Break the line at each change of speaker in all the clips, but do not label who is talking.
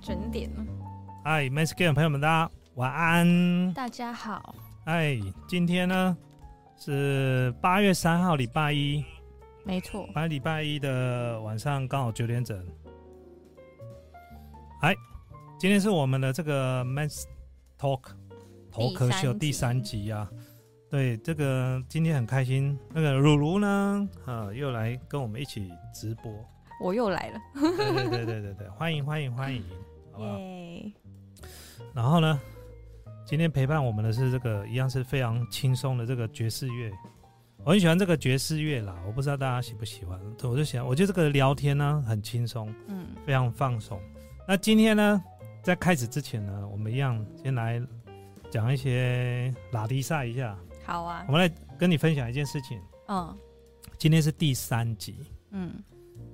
整点了。
嗨 m a s Game 的朋友们，大家晚安。
大家好，
哎，今天呢是八月三号，礼拜一，
没错，
反正礼拜一的晚上刚好九点整。哎，今天是我们的这个 Mass Talk 头壳秀第
第三
三集啊。对，这个今天很开心。那个乳乳呢，啊，又来跟我们一起直播。
我又来了，
对对对对对对，欢迎欢迎欢迎，好不好？
耶！
然后呢，今天陪伴我们的是这个一样是非常轻松的这个爵士乐，我很喜欢这个爵士乐啦，我不知道大家喜不喜欢，我就想，我觉得这个聊天呢很轻松，
嗯，
非常放松。那今天呢，在开始之前呢，我们一样先来讲一些拉迪赛一下，
好啊
我，们来跟你分享一件事情。
嗯
今天是第三集，
嗯，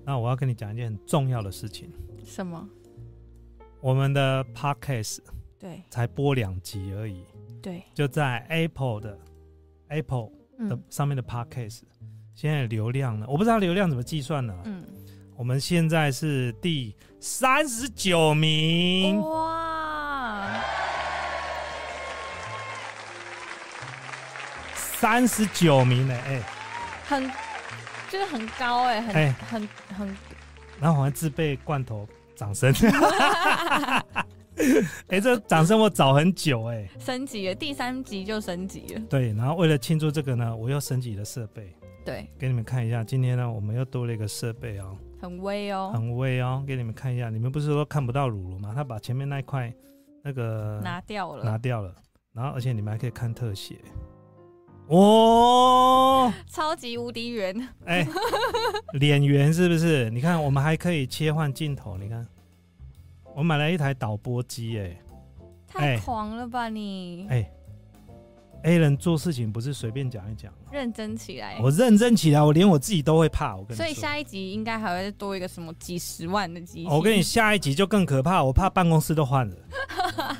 那我要跟你讲一件很重要的事情，
什么？
我们的 podcast
对
才播两集而已。
对，
就在 Apple 的 Apple 的
嗯
上面的 Podcast，、现在流量呢，我不知道流量怎么计算呢、
嗯，
我们现在是第三十九名，
哦哇，
三十九名呢、哎、
很就是很高哎，很
哎
很很
然后我还自备罐头掌声， 哎、这掌声我找很久哎、
升级了，第三集就升级了，
对，然后为了庆祝这个呢，我又升级了设备，
对，
给你们看一下，今天呢我们又多了一个设备哦，
很威哦，
很威哦，给你们看一下，你们不是说看不到乳乳吗？他把前面那一块那个
拿掉了，
嗯拿掉了，然后而且你们还可以看特写。哦，
超级无敌圆，
哎，脸圆是不是？你看，我们还可以切换镜头。你看，我买了一台导播机，哎
太
哎
狂了吧你，
哎，A 人做事情不是随便讲一讲，
认真起来。
我认真起来，我连我自己都会怕。我跟你说，
哎所以下一集应该还会多一个什么几十万的机器。
哦我跟你下一集就更可怕，我怕办公室 都换了，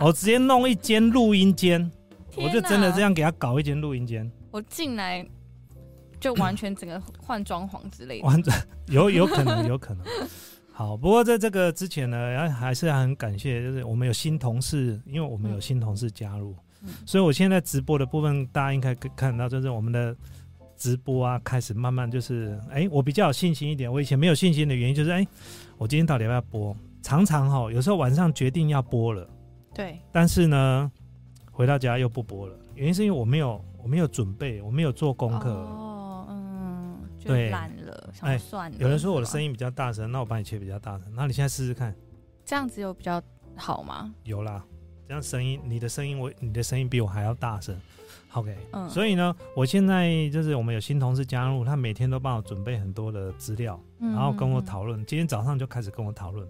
我直接弄一间录音间，
天哪
我就真的这，样给他搞一间录音间。
我进来就完全整个换装潢之类的。
完整 有有可能，有可能。好，不过在这个之前呢，然后还是很感谢，就是我们有新同事，因为我们有
嗯
新同事加入，
嗯
所以我现在直播的部分，大家应该可以看到，就是我们的直播啊，开始慢慢就是，哎，我比较有信心一点。我以前没有信心的原因就是，哎，我今天到底要不要播？常常哈、有时候晚上决定要播了，
对，
但是呢，回到家又不播了，原因是因为我没有我没有准备，我没有做功课。
哦，嗯，就
对
懒了，想
哎
说算了。
有人说我的声
音
音比较大声，那我帮你切比较大声。那你现在试试看，
这样子有比较好吗？
有啦，这样声音，你的声音我你的声音比我还要大声。OK，、
嗯
所以呢，我现在就是我们有新同事加入，他每天都帮我准备很多的资料，
嗯
然后跟我
嗯
讨论。今天早上就开始跟我讨论，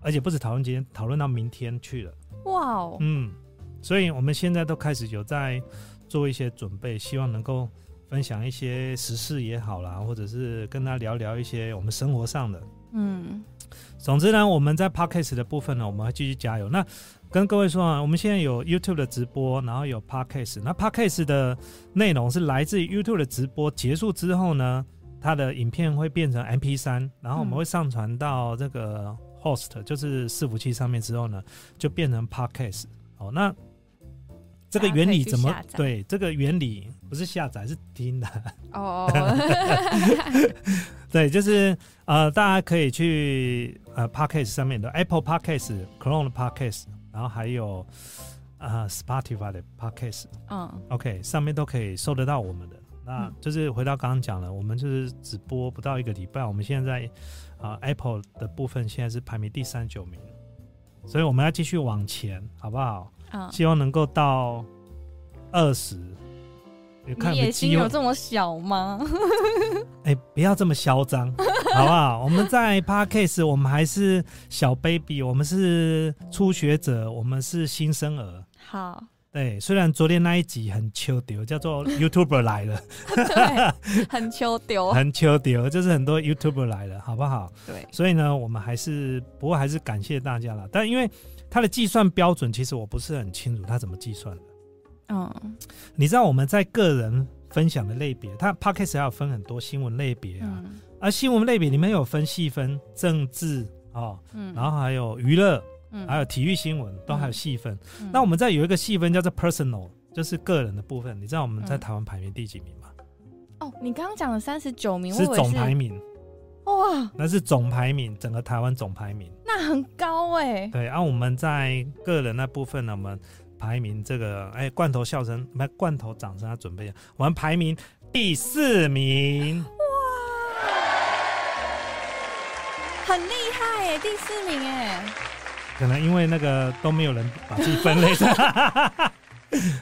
而且不止讨论今天，讨论到明天去了。
嗯哇哦，
嗯，所以我们现在都开始有在做一些准备，希望能够分享一些时事也好啦，或者是跟他聊聊一些我们生活上的。
嗯，
总之呢，我们在 podcast 的部分呢，我们会继续加油。那跟各位说啊，我们现在有 YouTube 的直播，然后有 podcast。那 podcast 的内容是来自于 YouTube 的直播结束之后呢，它的影片会变成 MP 3然后我们
嗯
会上传到这个 host，就是伺服器上面之后呢，就变成 podcast。哦，那这
大家可
个
以
原理
去
怎么
下载
对？这个原理不是下载，是听的。
哦， 哦
对，就是呃，大家可以去呃 Podcast 上面的 Apple Podcast、Chrome 的 Podcast，然后还有呃 Spotify 的 Podcast，OK，、
嗯，
OK，上面都可以收得到我们的。那
嗯
就是回到刚刚讲了，我们就是只播不到一个礼拜，我们现在啊、呃 Apple 的部分现在是排名第三九名，所以我们要继续往前，好不好？
嗯，
希望能够到二十。看
你
有没
野
有
心
机会
有这么小吗？
哎、不要这么嚣张，好不好？我们在 Parkcase，我们还是小 baby，我们是初学者，我们是新生儿。
好，
对，虽然昨天那一集很秋丢，叫做 YouTuber 来了，
对，很秋丢，
很秋丢，就是很多 YouTuber 来了，好不好？
对，
所以呢，我们还是不过还是感谢大家啦。但因为它的计算标准，其实我不是很清楚它怎么计算的。
嗯
你知道我们在个人分享的类别，它 Parkcase 还有分很多新闻类别啊，
嗯
而新闻类别里面有分细分政治哦，
嗯，
然后还有娱乐，
嗯
还有体育新闻，都还有细分。
嗯
那我们在有一个细分叫做 personal，就是个人的部分。你知道我们在
嗯
台湾排名第几名吗？
哦，你刚刚讲了三十九名，我
是
以为
总排名，
哇，
那是总排名，整个台湾总排名。
那很高哎、
对，啊，我们在个人那部分呢，我们排名这个，哎，罐头笑声，不，罐头掌声，要准备一下，我们排名第四名。
很厉害哎、第四名哎、
可能因为那个都没有人把自己分类 在，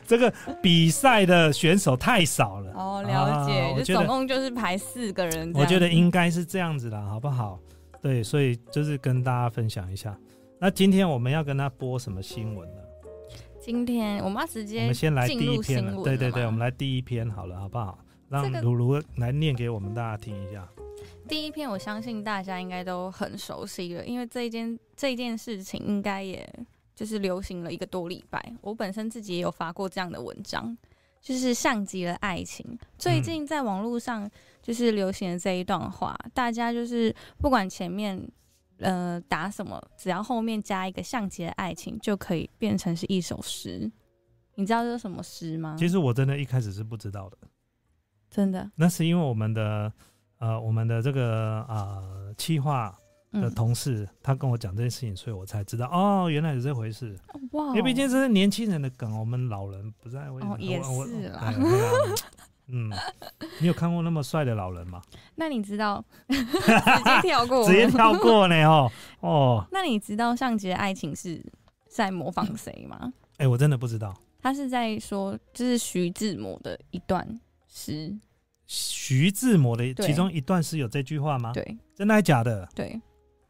这个比赛的选手太少了。
哦，了解，
啊我
就
觉
总
得
共就是排四个人这
我
样
觉得应该是这样子啦，好不好？对，所以就是跟大家分享一下。那今天我们要跟他播什么新闻呢？
今天我们要直
我
接
们先来第一篇
进入新闻了
了，
吗
对对对，我们来第一篇好了，好不好？让
这个嗯
如如来念给我们大家听一下。
第一篇，我相信大家应该都很熟悉了，因为这一件这一件事情应该也就是流行了一个多礼拜。我本身自己也有发过这样的文章，就是像极了爱情。最近在网络上就是流行的这一段话，大家就是不管前面。呃，打什么？只要后面加一个“像极了爱情”，就可以变成是一首诗。你知道这是什么诗吗？
其实我真的一开始是不知道的，
真的，
那是因为我们的呃我们的这个呃企划的
嗯，
同事，他跟我讲这件事情，所以我才知道哦，原来有这回事。
哇哦，
因为毕竟这是年轻人的梗，我们老人不在位。
哦
我
也
我
是啦
对对啊嗯，你有看过那么帅的老人吗？
那你知道直接跳过，
直接跳过呢哦哦，
那你知道上集的爱情是在模仿谁 吗？
哎、我真的不知道。
他是在说，就是徐志摩的一段诗，
徐志摩的
对
其中一段是有这句话吗？
对
真的还假的？
对，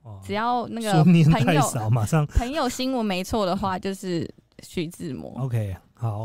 哦，
只要那个
书念
朋
太
友
少，马上
朋友新闻没错的话，就是徐志摩。
OK 哦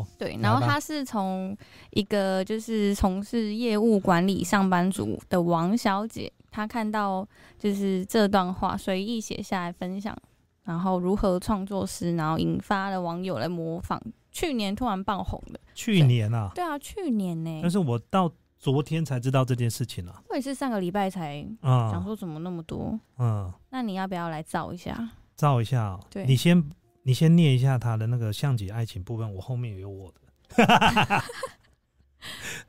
好。
对，然后
来吧
他是从一个就是从事业务管理上班族的王小姐，她看到就是这段话，随意写下来分享，然后如何创作诗，然后引发了网友来模仿。去年突然爆红的，
去年啊，
对啊，去年呢、
但是我到昨天才知道这件事情啊。
我也是上个礼拜才想
嗯
说怎么那么多，
嗯，
那你要不要来造一下？
照一下、哦。
对
你先你先念一下他的那个像极爱情部分，我后面也有我的。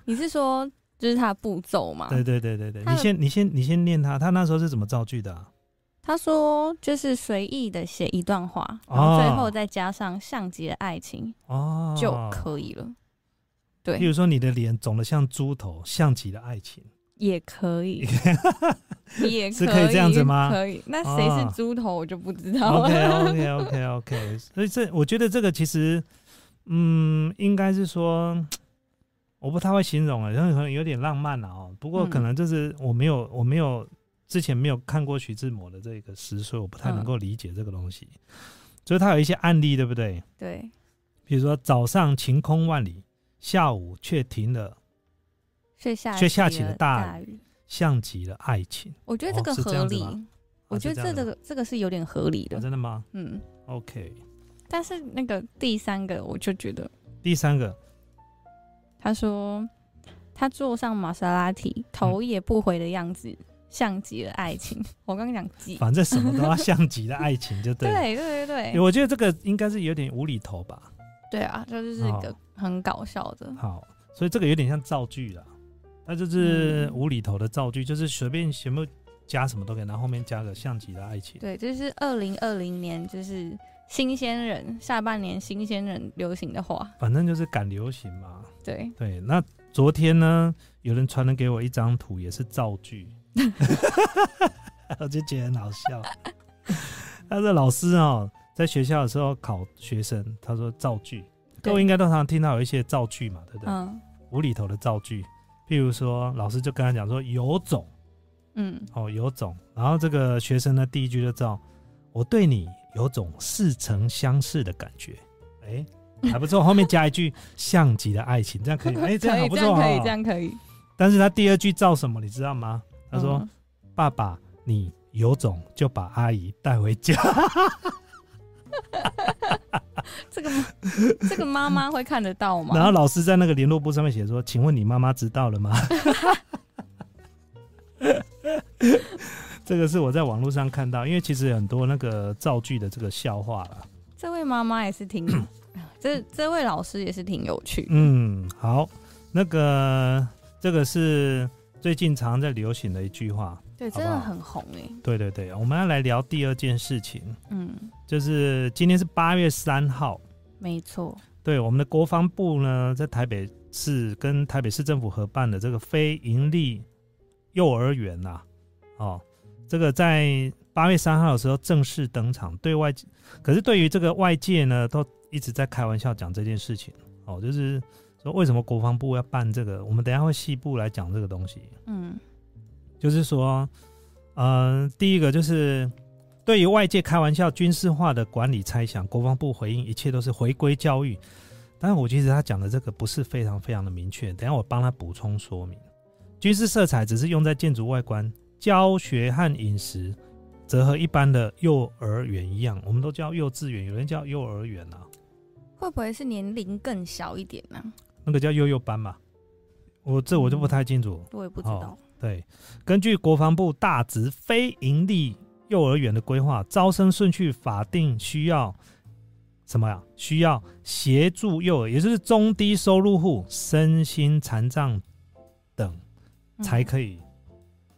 你是说就是它的步骤吗？
对对对对对，
啊他
你
的
先你先你先念他，他那时候是怎么造句的、啊？
他说就是随意的写一段话，
哦
然后最后再加上像极了爱情
哦，
就可以了。
比
对，
如说你的脸肿得像猪头，像极了爱情。
也可 以，也
是可以这样子吗啊
可以。那谁
哦
是猪头，我就不知道
OK
了。
OK OK OK，所以这我觉得这个其实，嗯，应该是说。我不太会形容啊，然后可能有点浪漫了、哦。不过
嗯
可能就是我没有，我没有之前没有看过徐志摩的这个诗，所以我不太
嗯
能够理解这个东西。所以他有一些案例，对不对？
对，
比如说早上晴空万里，下午却停了，
却下
却下起了大
大雨。
像极了爱情。
我觉得这
哦
个
是这
合
样子
理，
吗哦
我觉得这
这
个这个是有点合理的。
啊真的吗
嗯，
？OK，
但是那个第三个，我就觉得
第三个，
他说他坐上玛莎拉蒂，头也不回的样子，像极了爱情。 我刚刚讲极，
反正什么都 要像极了爱情，就对了。
对对对对
我觉得这个应该是有点无厘头吧。
对啊，这就是一个很搞笑的。
哦好，所以这个有点像造句啦，它就是
嗯
无厘头的造句，就是随便全部加什么都可以，然后后面加个像极了爱情。
对，这是二零二零年，就是新鲜人下半年新鲜人流行的话。
反正就是赶流行嘛。
对，
对，那昨天呢，有人传了给我一张图，也是造句， 我就觉得很好 笑。他说老师哦，在学校的时候考学生，他说造句，各位应该都常常听到有一些造句嘛，对不对？
嗯
无厘头的造句，譬如说老师就跟他讲说有种
嗯，
哦有种，然后这个学生呢第一句就造我对你有种似曾相识的感觉，哎、还不错，后面加一句像极了爱情，这样可以吗？哎、这
可
样
以
好不
这
错
样
哈、
可以这样可以。
但是他第二句造什么，你知道吗？他说：“
嗯
爸爸，你有种就把阿姨带回家。
这个这个妈妈会看得到”
然
吗
后？老师在那个联络簿上面写说：“请问你妈妈知道了吗？” 这个是我在网络上看到，因为其实很多那个造句的这个笑话了。
这位妈妈也是挺， 这这位老师也是挺有趣。
嗯，好，那个这个是最近常在流行的一句话。
对，
好
真
不好
的很红哎、
对对对，我们要来聊第二件事情，
嗯，
就是今天是八月三号，
没错，
对我们的国防部呢，在台北市跟台北市政府合办的这个非盈利幼儿园呐、哦，这个在八月三号的时候正式登场，对外，可是对于这个外界呢，都一直在开玩笑讲这件事情，哦，就是说为什么国防部要办这个？我们等一下会细部来讲这个东西，
嗯，
就是说，嗯、第一个就是。对于外界开玩笑军事化的管理猜想，国防部回应一切都是回归教育。但是我其实他讲的这个不是非常非常的明确，等一下我帮他补充说明。军事色彩只是用在建筑外观、教学和饮食，则和一般的幼儿园一样，我们都叫幼稚园，有人叫幼儿园啊，
会不会是年龄更小一点呢、
那个叫幼幼班嘛。我这我就不太清楚。
我也不知道
哦。对，根据国防部大职非营利幼儿园的规划，招生顺序法定需要什么呀？需要协助幼儿，也就是中低收入户、身心残障等
嗯
才可以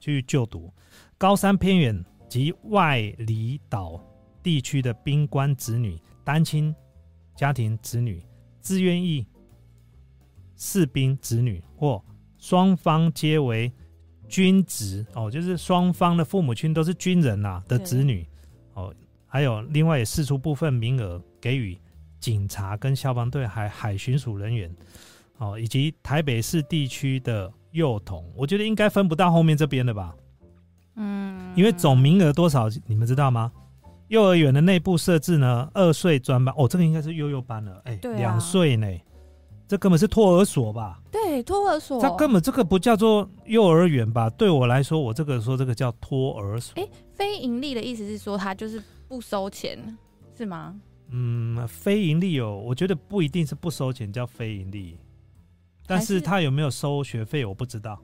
去就读。高山偏远及外离岛地区的兵官子女、单亲家庭子女、自愿役士兵子女或双方皆为军职哦，就是双方的父母亲都是军人呐、的
对
子女哦，还有另外也释出部分名额给予警察跟消防队海海巡署人员哦，以及台北市地区的幼童，我觉得应该分不到后面这边的吧。
嗯，
因为总名额多少，你们知道吗？幼儿园的内部设置呢，二岁专班，哦，这个应该是幼幼班了，哎、
对啊
两岁呢，这根本是托儿所吧？
对托儿所，
它根本这个不叫做幼儿园吧？对我来说，我这个说这个叫托儿所，
哎非盈利的意思是说它就是不收钱，是吗？
嗯，非盈利哦，我觉得不一定是不收钱叫非盈利，但
还
是
是
它有没有收学费我不知道。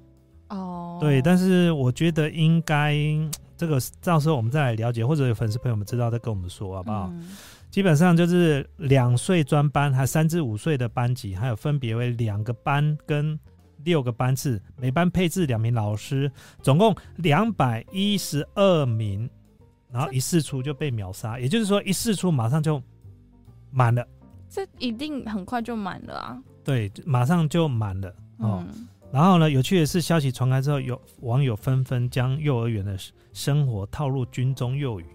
哦，
对，但是我觉得应该嗯这个到时候我们再来了解，或者有粉丝朋友们知道再跟我们说好不好？
嗯
基本上就是两岁专班，还三至五岁的班级，还有分别为两个班跟六个班次，每班配置两名老师，总共两百一十二名，然后一试出就被秒杀，也就是说一试出马上就满了，
这一定很快就满了啊。
对，马上就满了哦。
嗯，
然后呢，有趣的是，消息传开之后，有网友纷纷将幼儿园的生活套入军中幼语，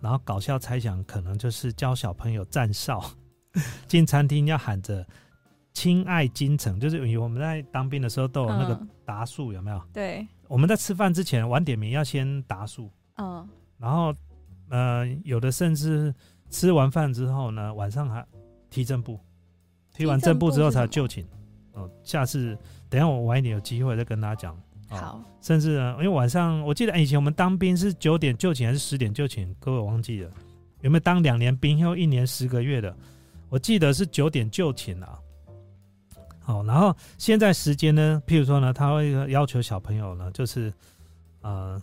然后搞笑猜想可能就是教小朋友站哨， 进餐厅要喊着“亲爱京城”，就是有我们在当兵的时候都有哦那个
嗯
答数，有没有？
对，
我们在吃饭之前晚点名要先答数，
嗯，
然后呃，有的甚至吃完饭之后呢，晚上还踢正步，踢完正步之后才就寝。哦，下次等一下我晚一点有机会再跟大家讲。哦
好，
甚至呢，因为晚上我记得、哎以前我们当兵是九点就寝还是十点就寝，各位我忘记了，有没有当两年兵又一年十个月的？我记得是九点就寝啊。好，然后现在时间呢，譬如说呢，他会要求小朋友呢，就是呃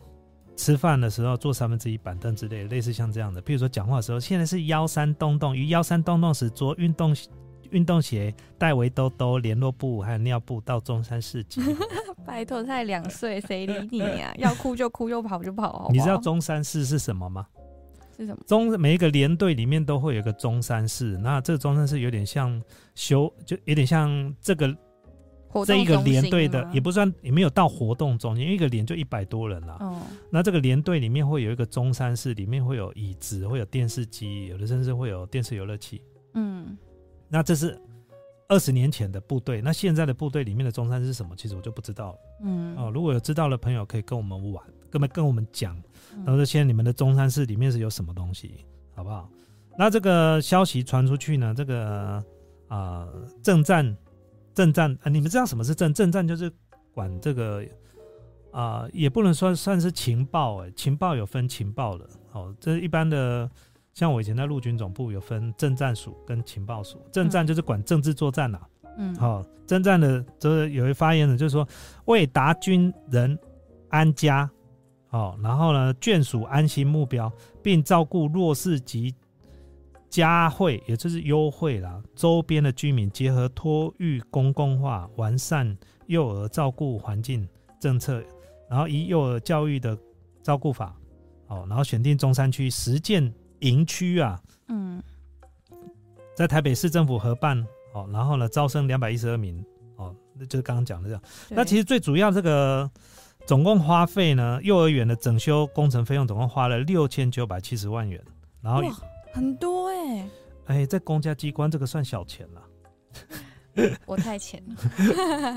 吃饭的时候坐三分之一板凳之类，类似像这样的。譬如说讲话的时候，现在是腰三洞洞，于腰三洞洞时着运动运动鞋、戴围兜兜、联络布还有尿布到中山市集。
拜托，才两岁，谁理你 呀、要哭就哭，要跑就跑，好不好
你知道中山市是什么吗？
是什么？
中每一个连队里面都会有一个中山市，那这个中山市有点像修，就有点像这个
活动
这一个
中心
连队的
吗，
也不算也没有到活动中心，因为一个连就一百多人啦、啊
哦，
那这个连队里面会有一个中山市，里面会有椅子，会有电视机，有的甚至会有电视游乐器。
嗯，
那这是二十年前的部队，那现在的部队里面的中山市是什么？其实我就不知道了。
嗯
哦，如果有知道的朋友可以跟我们玩，跟跟我们讲，
嗯
然后现在你们的中山市里面是有什么东西，好不好？那这个消息传出去呢，这个啊、呃政战政战、呃，你们知道什么是政政战？就是管这个啊、呃也不能说算是情报、哎，情报有分情报的，哦，这一般的。像我以前在陆军总部有分政战署跟情报署，政战
嗯
就是管政治作战啊啦、
嗯，
好、征战的，就是有一发言人就是说，为达军人安家，哦，然后呢，眷属安心目标，并照顾弱势及家惠，也就是优惠啦，周边的居民，结合托育公共化，完善幼儿照顾环境政策，然后以幼儿教育的照顾法，哦，然后选定中山区实践营区啊，
嗯，
在台北市政府合办哦，然后呢招生两百一十二名哦，那就是刚刚讲的这样。那其
实
实最主要这个总共花费呢，幼儿园的整修工程费用总共花了六千九百七十万元，然后
哇很多哎、
哎，在公家机关这个算小钱了。
我太浅 了。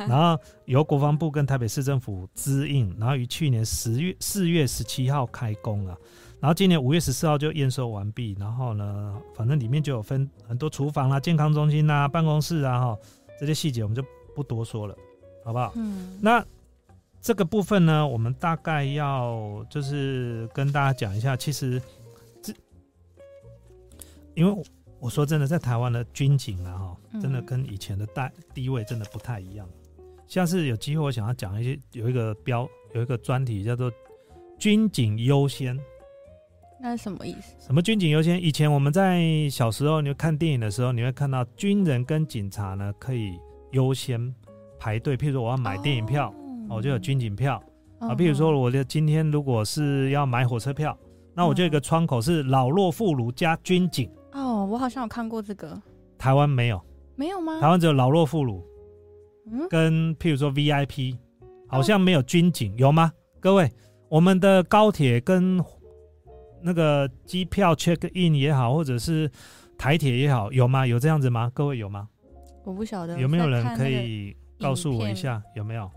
然后由国防部跟台北市政府支应，然后于去年十月四月十七号开工了、然后今年五月十四号就验收完毕。然后呢，反正里面就有分很多厨房啦、健康中心啦、办公室啊哈这些细节，我们就不多说了，好不好？
嗯，
那这个部分呢，我们大概要就是跟大家讲一下，其实这因为我我说真的，在台湾的军警啊，哈，
嗯
真的跟以前的代地位真的不太一样。下次有机会，我想要讲一些有一个标有一个专题叫做“军警优先”。
那是什么意思？
什么军警优先？以前我们在小时候，你看电影的时候，你会看到军人跟警察呢可以优先排队。譬如说，我要买电影票，
哦
我就有军警票啊。
嗯
比如说，我的今天如果是要买火车票，那我就有
嗯
一个窗口是老弱妇孺加军警。
哦，我好像有看过这个，
台湾没有，
没有吗？
台湾只有老弱妇孺
嗯，
跟譬如说 VIP，好像没有军警，有吗？各位，我们的高铁跟那个机票 check in 也好，或者是台铁也好，有吗？有这样子吗？各位有吗？
我不晓得
有没有
我在
人
看
可
那个
以告诉我一
影片
下有没有？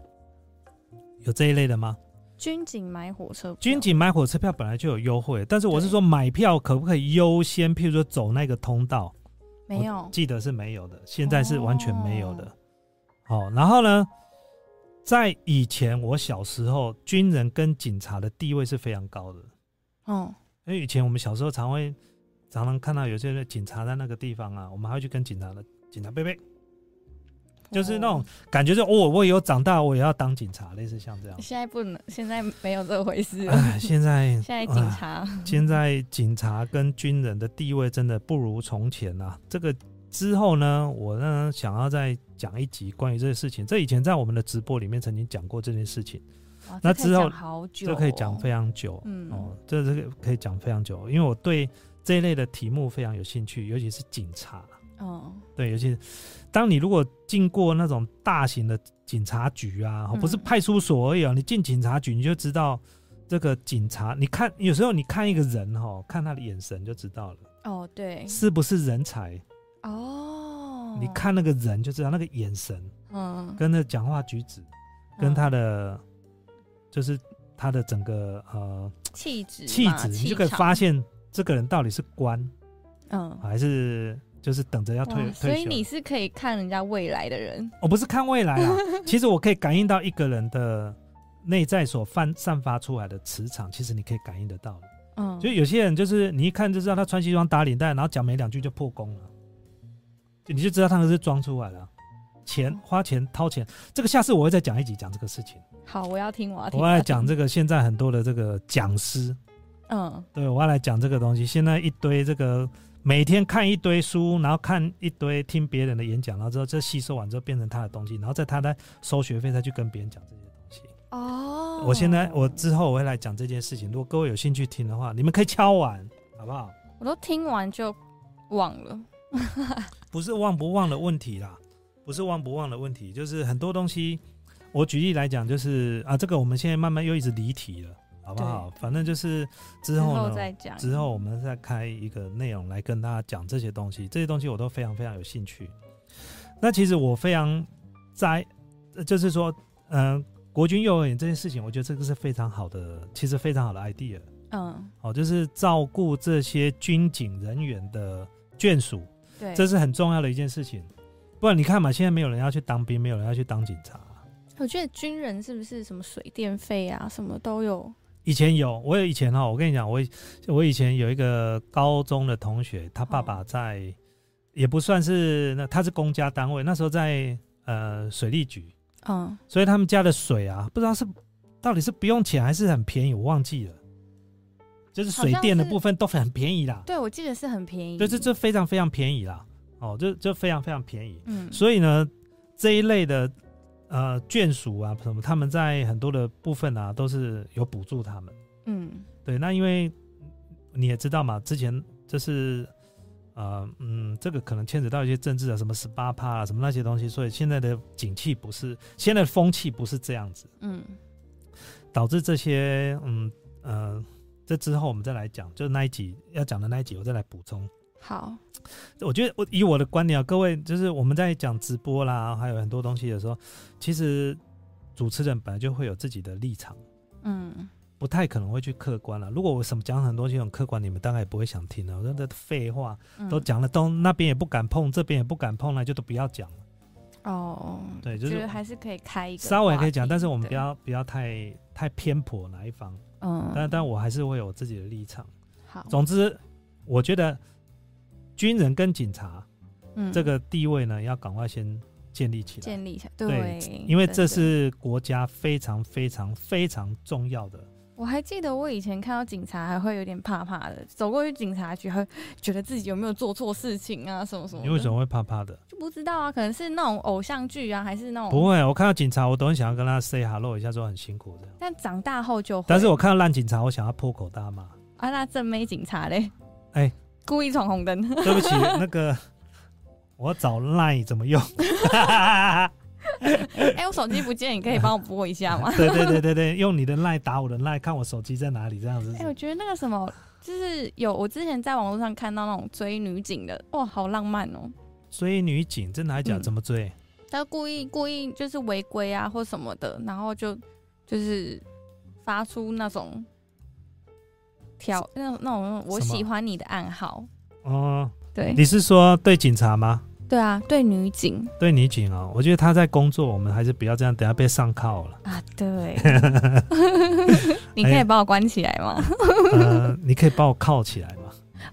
有这一类的吗？
军警买火车票？
军警买火车票本来就有优惠，但是我是
对
说买票可不可以优先，譬如说走那个通道，
没有
我记得是没有的，现在是完全没有的。哦，然后呢，在以前我小时候，军人跟警察的地位是非常高的，
哦，
因为以前我们小时候常会常常看到有些人警察在那个地方啊，我们还会去跟警察的警察贝
哦
贝，就是那种感觉就哦，我以后长大我也要当警察，类似像这 样
哦。现在不能，现在没有这回事了。
哎，现在
现在警
哎
察
现在警察跟军人的地位真的不如从前啊。这个之后呢，我呢想要再讲一集关于这个事情。这以前在我们的直播里面曾经讲过这件事情，
哇
那
这可以
之后
讲好久
这可以讲
哦
非常久。
嗯
哦，这这个可以讲非常久，因为我对这一类的题目非常有兴趣，尤其是警察。
哦，
对，尤其是当你如果进过那种大型的警察局啊，哦
嗯
不是派出所而已哦，你进警察局你就知道这个警察，你看有时候你看一个人哦，看他的眼神就知道了
哦，对，
是不是人才，
哦，
你，看那个人就知道那个眼神
嗯，
跟那讲话举止跟他的、就是他的整个呃
啊气质嘛，
气质，你就可以
场
发，现这个人到底是官
嗯，
还是就是等着要退
哇
退休。
所以你是可以看人家未来的人，
我哦不是看未来啊，其实我可以感应到一个人的内在所散散发出来的磁场，其实你可以感应得到的。
嗯，
就有些人就是你一看就知道他穿西装打领带，然后讲没两句就破功了，就你就知道他是装出来了。啊钱花钱掏钱，这个下次我会再讲一集讲这个事情。
好，我要听，我要听，
我要来讲
听，
这个现在很多的这个讲师，
嗯，
对我要来讲这个东西。现在一堆这个每天看一堆书，然后看一堆听别人的演讲，然后之后这吸收完之后变成他的东西，然后在他在收学费再去跟别人讲这些东西。
哦，
我现在我之后我会来讲这件事情，如果各位有兴趣听的话，你们可以敲完，好不好？
我都听完就忘了，
不是忘不忘的问题啦，不是忘不忘的问题，就是很多东西，我举例来讲，就是啊，这个我们现在慢慢又一直离题了，好不好？反正就是之
之
后呢，
再讲，
之后我们再开一个内容来跟大家讲这些东西，这些东西我都非常非常有兴趣。那其实我非常在，呃就是说，嗯、国军幼儿园这件事情，我觉得这个是非常好的，其实非常好的 idea
嗯，
哦，就是照顾这些军警人员的眷属，
对，
这是很重要的一件事情。不然你看嘛，现在没有人要去当兵，没有人要去当警察。
我觉得军人是不是什么水电费啊，什么都有，
以前有，我有以前哈，我跟你讲，我以我以前有一个高中的同学，他爸爸在，也不算是那他是公家单位，那时候在呃水利局，
嗯，
所以他们家的水啊，不知道是到底是不用钱还是很便宜，我忘记了。就是水电的部分都很便宜啦，
对，我记得是很便宜，
就是这非常非常便宜啦，哦，这这非常非常便宜。
嗯，
所以呢，这一类的呃眷属啊什么，他们在很多的部分啊都是有补助他们。
嗯，
对，那因为你也知道嘛，之前就是呃嗯，这个可能牵扯到一些政治啊，什么十八趴啊，什么那些东西，所以现在的景气不是现在的风气不是这样子，
嗯，
导致这些嗯呃，这之后我们再来讲，就是那一集要讲的那一集，我再来补充。
好，
我觉得我以我的观点啊，各位就是我们在讲直播啦，还有很多东西的时候，其实主持人本来就会有自己的立场，
嗯，
不太可能会去客观了。如果我什么讲很多这种客观，你们大概也不会想听了。我说这废话
嗯
都讲了，都那边也不敢碰，这边也不敢碰，那就都不要讲了。
哦，
对，就
嗯觉得
是
还是可以开一个话题，
稍微可以讲，但是我们不
对，
要不要太太偏颇哪一方。但
嗯，
但我还是会有自己的立场。
好，
总之，我觉得军人跟警察
嗯
这个地位呢，要赶快先建立起来。
建立一下，
对
对，
因为
真
这
的
是国家非常非常非常重要的。
我还记得我以前看到警察还会有点怕怕的，走过去警察局还觉得自己有没有做错事情啊，什么什么的。
你为什么会怕怕的？
就不知道啊？可能是那种偶像剧啊，还是那种……
不会，我看到警察，我都很想要跟他 say hello 一下，说很辛苦这样。
但长大后就会。
但是我看到烂警察，我想要破口 大骂。
啊，那正妹警察嘞？
哎
故意闯红 灯。
对不起，那个我找 line 怎么 用？
哎、我手机不见，你可以帮我拨一下吗？
对对对对对，用你的 line 打我的 line，看我手机在哪里这样子
哎、。我觉得那个什么，就是有我之前在网络上看到那种追女警的，哇，好浪漫哦！
追女警真的还假？
嗯
怎么追？
他故意故意就是违规啊或什么的，然后就就是发出那种条那那种我
什么
喜欢你的暗号，
哦，
对
你是说对警察吗？
对啊，对女警
对女警哦，我觉得他在工作，我们还是不要这样，等下被上铐了。
啊，对，你可以把我关起来吗？
呃，你可以把我铐起来吗？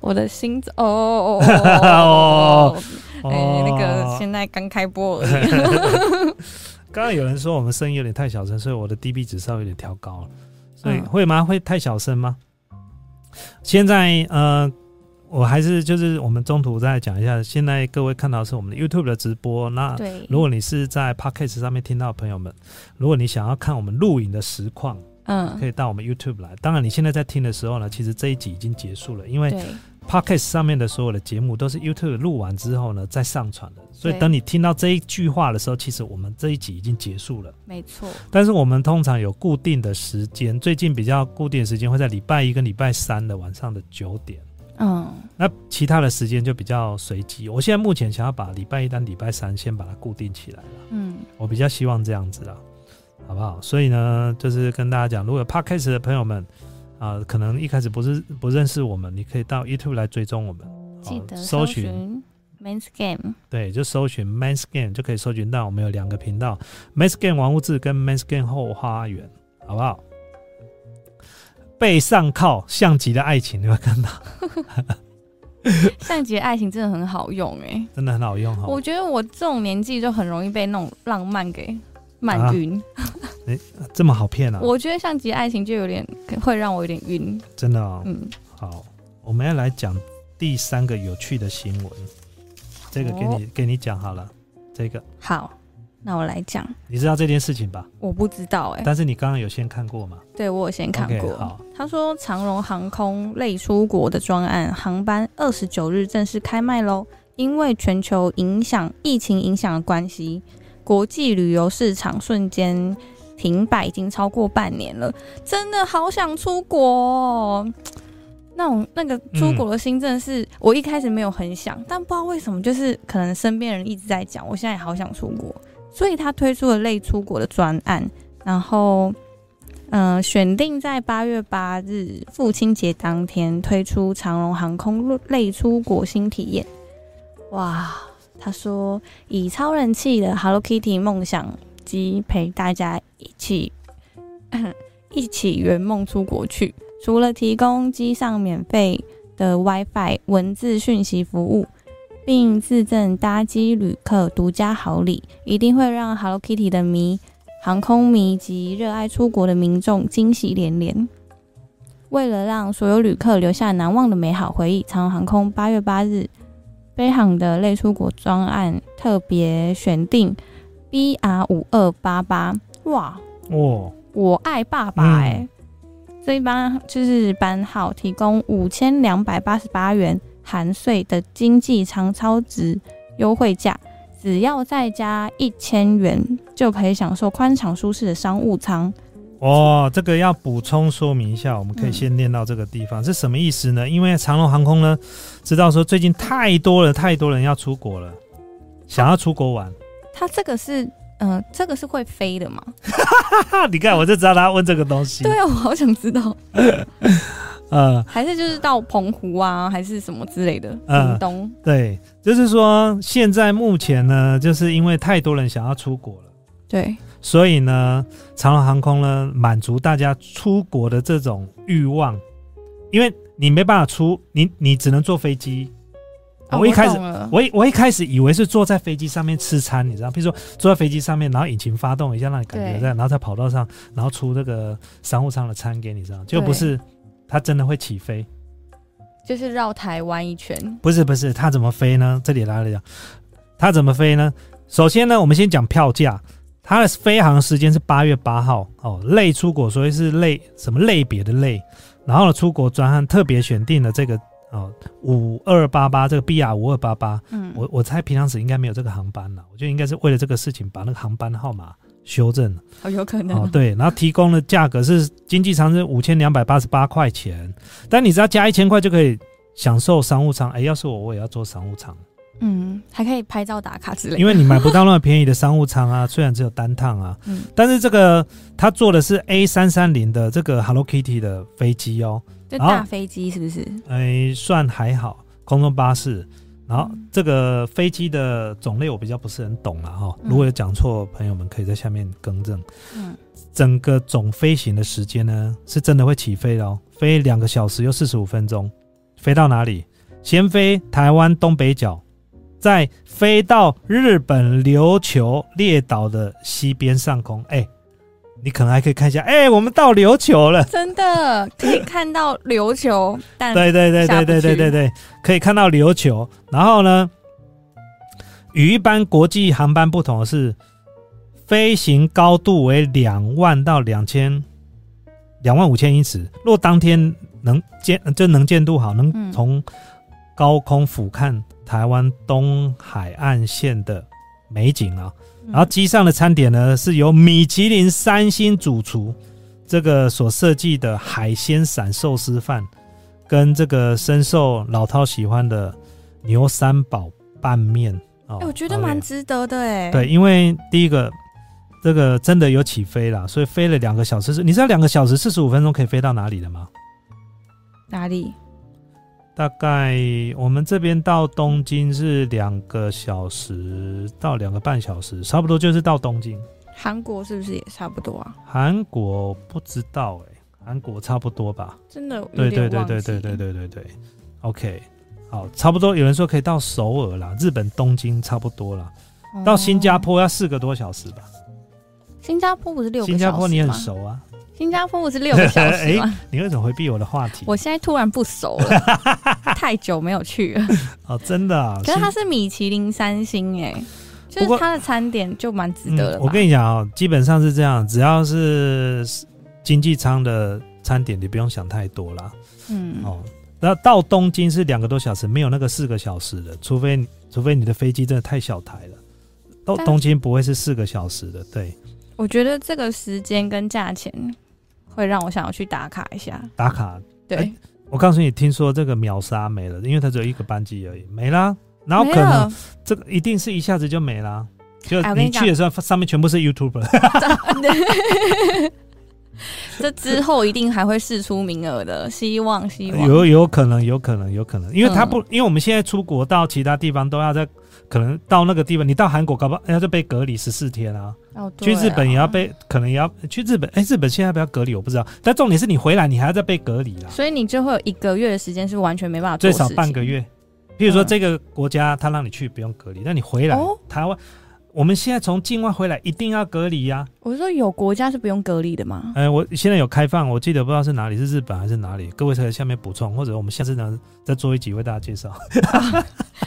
我的心脏哦哦哦哦哦哦，
哦，
哎，那个现在刚开播而已，
刚刚有人说我们声音有点太小声，所以我的 dB 值稍微有点调高了，所以、
嗯
会吗？会太小声吗？现在呃，我还是就是我们中途再讲一下，现在各位看到的是我们的 YouTube 的直播，那
对，
如果你是在 Podcast 上面听到的朋友们，如果你想要看我们录影的实况，可
嗯，
以到我们 YouTube 来。当然，你现在在听的时候呢，其实这一集已经结束了，因为
对，
Podcast 上面的所有的节目都是 YouTube 录完之后呢再上传的，所以
对
等你听到这一句话的时候，其实我们这一集已经结束了。
没错，
但是我们通常有固定的时间，最近比较固定的时间会在礼拜一跟礼拜三的晚上的九点，
嗯，
那其他的时间就比较随机。我现在目前想要把礼拜一跟礼拜三先把它固定起来了，
嗯，
我比较希望这样子啦，好不好？所以呢，就是跟大家讲，如果有 Podcast 的朋友们啊、可能一开始不是不认识我们，你可以到 YouTube 来追踪我们，哦
记得
搜
搜
寻
寻 Men's Game，
对，就搜寻 Man's Game 就可以搜寻到我们有两个频道，Man's Game 玩物志跟 Man's Game 后花园，好不好？背上靠像极了爱情，你有没有看到？
上集的爱情真的很好用哎、
真的很好用
我
哦。
觉得我这种年纪就很容易被那种浪漫给漫晕。
这么好骗啊！
我觉得像极爱情就有点会让我有点晕。
真的哦。
嗯，
好，我们要来讲第三个有趣的新闻，这个给
哦
你、给你讲好了。这个
好，那我来讲，
你知道这件事情吧？
我不知道哎、
但是你刚刚有先看过吗？
对我有先看
OK，
过。
好，
他说，长荣航空类出国的专案航班二十九日正式开卖喽。因为全球影响疫情影响的关系，国际旅游市场瞬间停摆，已经超过半年了。真的好想出国、哦，那种那个出国的心真的是，我一开始没有很想，但不知道为什么，就是可能身边人一直在讲，我现在也好想出国，所以他推出了类出国的专案，然后。嗯、选定在八月八日父亲节当天推出长荣航空类出国新体验。哇，他说以超人气的 Hello Kitty 梦想机陪大家一起 一起圆梦出国去。除了提供机上免费的 WiFi 文字讯息服务，并自赠搭机旅客独家好礼，一定会让 Hello Kitty 的迷航空迷及热爱出国的民众惊喜连连。为了让所有旅客留下难忘的美好回忆，长荣航空八月八日，飞航的类出国专案特别选定 BR 五二八八，哇，
哦，
我爱爸爸
嗯
哎、这一班就是班号提供五千两百八十八元含税的经济舱超值优惠价，只要再加一千元就可以享受宽敞舒适的商务舱。
哦，这个要补充说明一下，我们可以
嗯
先念到这个地方，是什么意思呢？因为长龙航空呢，知道说最近太多了，太多人要出国了，想要出国玩。
它这个是，嗯、这个是会飞的吗？
嗯哈，你看，我就知道他问这个东西。
对，啊，我好想知道，
呃，
还是就是到澎湖啊，还是什么之类的，
嗯
屏东。
对，就是说现在目前呢，就是因为太多人想要出国了。
对，
所以呢，长龙航空呢，满足大家出国的这种欲望，因为你没办法出，你你只能坐飞机。
啊
我一开始
懂了
我一我一开始以为是坐在飞机上面吃餐，你知道，比如说坐在飞机上面，然后引擎发动一下，让你感觉
对
在，然后在跑道上，然后出那个商务舱的餐给你，知道，就
对
不是它真的会起飞，
就是绕台湾一圈，
不是不是，它怎么飞呢？这里来了讲，它怎么飞呢？首先呢，我们先讲票价，它的飞航时间是八月八号哦，类出国，所以是类什么类别的类，然后呢，出国专案特别选定了这个哦五二八八这个 BR 五二八八，
嗯，
我我猜平常时应该没有这个航班了，我觉得应该是为了这个事情把那个航班号码修正了
好有 可能
哦
哦，
对，然后提供的价格是经济舱是五千两百八十八块钱，但你只要加一千块就可以享受商务舱，哎，要是我我也要做商务舱。
嗯，还可以拍照打卡之类的，
因为你买不到那么便宜的商务舱啊，虽然只有单趟啊，
嗯
但是这个它做的是 A 三三零的这个 Hello Kitty 的飞机哦，
就
然后
大飞机是不是？
哎，算还好，空中巴士。然后
嗯
这个飞机的种类我比较不是很懂了哈、
嗯
如果有讲错，朋友们可以在下面更正。
嗯，
整个总飞行的时间呢，是真的会起飞的哦，飞两个小时又四十五分钟，飞到哪里？先飞台湾东北角，再飞到日本琉球列岛的西边上空。哎，你可能还可以看一下，哎，我们到琉球了。
真的可以看到琉球，但
对对对
下
对
不
对对
去
对对，可以看到琉球。然后呢，与一般国际航班不同的是，飞行高度为两万到两千两万五千英尺。若当天能见就能见度好，能
嗯
从高空俯瞰台湾东海岸线的美景啊。
嗯
然后机上的餐点呢，是由米其林三星主厨这个所设计的海鲜散寿司饭，跟这个深受老饕喜欢的牛三宝拌面哦
哎我觉得
，OK
蛮值得的哎。
对，，因为第一个这个真的有起飞啦，所以飞了两个小时，你知道两个小时四十五分钟可以飞到哪里了吗？
哪里？
大概我们这边到东京是两个小时到两个半小时，差不多就是到东京。
韩国是不是也差不多啊？
韩国不知道哎、韩国差不多吧？
真的有
对
点
对对
忘
对对
记
对对对对，OK，好，差不多。有人说可以到首尔啦，日本东京差不多啦，到新加。
哦
坡要四个多小时吧？
新加坡不是六个小
新
时
加坡你很
吗。
熟哎啊，
新加坡不是六个小时 吗？
你为什么回避我的话题？
我现在突然不熟 了，太久没有去了。
哦，真的、啊，
可是
新
它是米其林三星哎，就
不过
是它的餐点就蛮值得了吧。
嗯。我跟你讲哦，基本上是这样，只要是经济舱的餐点，你不用想太多啦。
嗯，
哦，那到东京是两个多小时，没有那个四个小时的，除非你除非你的飞机真的太小台了。到
但
东京不会是四个小时的，对，
我觉得这个时间跟价钱会让我想要去打卡一下。
打卡。
对
哎，我告诉你，听说这个秒杀没了，因为它只有一个班机而已，没啦。然后
没
可能
了
这个一定是一下子就没啦。就
哎我跟
你
你讲
去的时候，上面全部是 YouTuber，
这之后一定还会试出名额的，希望希望。
有有可能，有可能，有可能，因为他
嗯
不，因为我们现在出国到其他地方都要在，可能到那个地方，你到韩国搞不好要就被隔离十四天啊。
哦
去日本也要。被，可能也要去日本。哎、日本现在要不要隔离我不知道，但重点是你回来你还要再被隔离啦
对啊，所以你就会有一个月的时间是完全没办法做
最
事情，
少半个月。譬如说
嗯
这个国家他让你去不用隔离，那你回来、
哦
台湾，我们现在从境外回来一定要隔离呀、
我说有国家是不用隔离的 吗？
哎、我现在有开放，我记得不知道是哪里，是日本还是哪里？各位可以在下面补充，或者我们下次呢再做一集为大家介绍。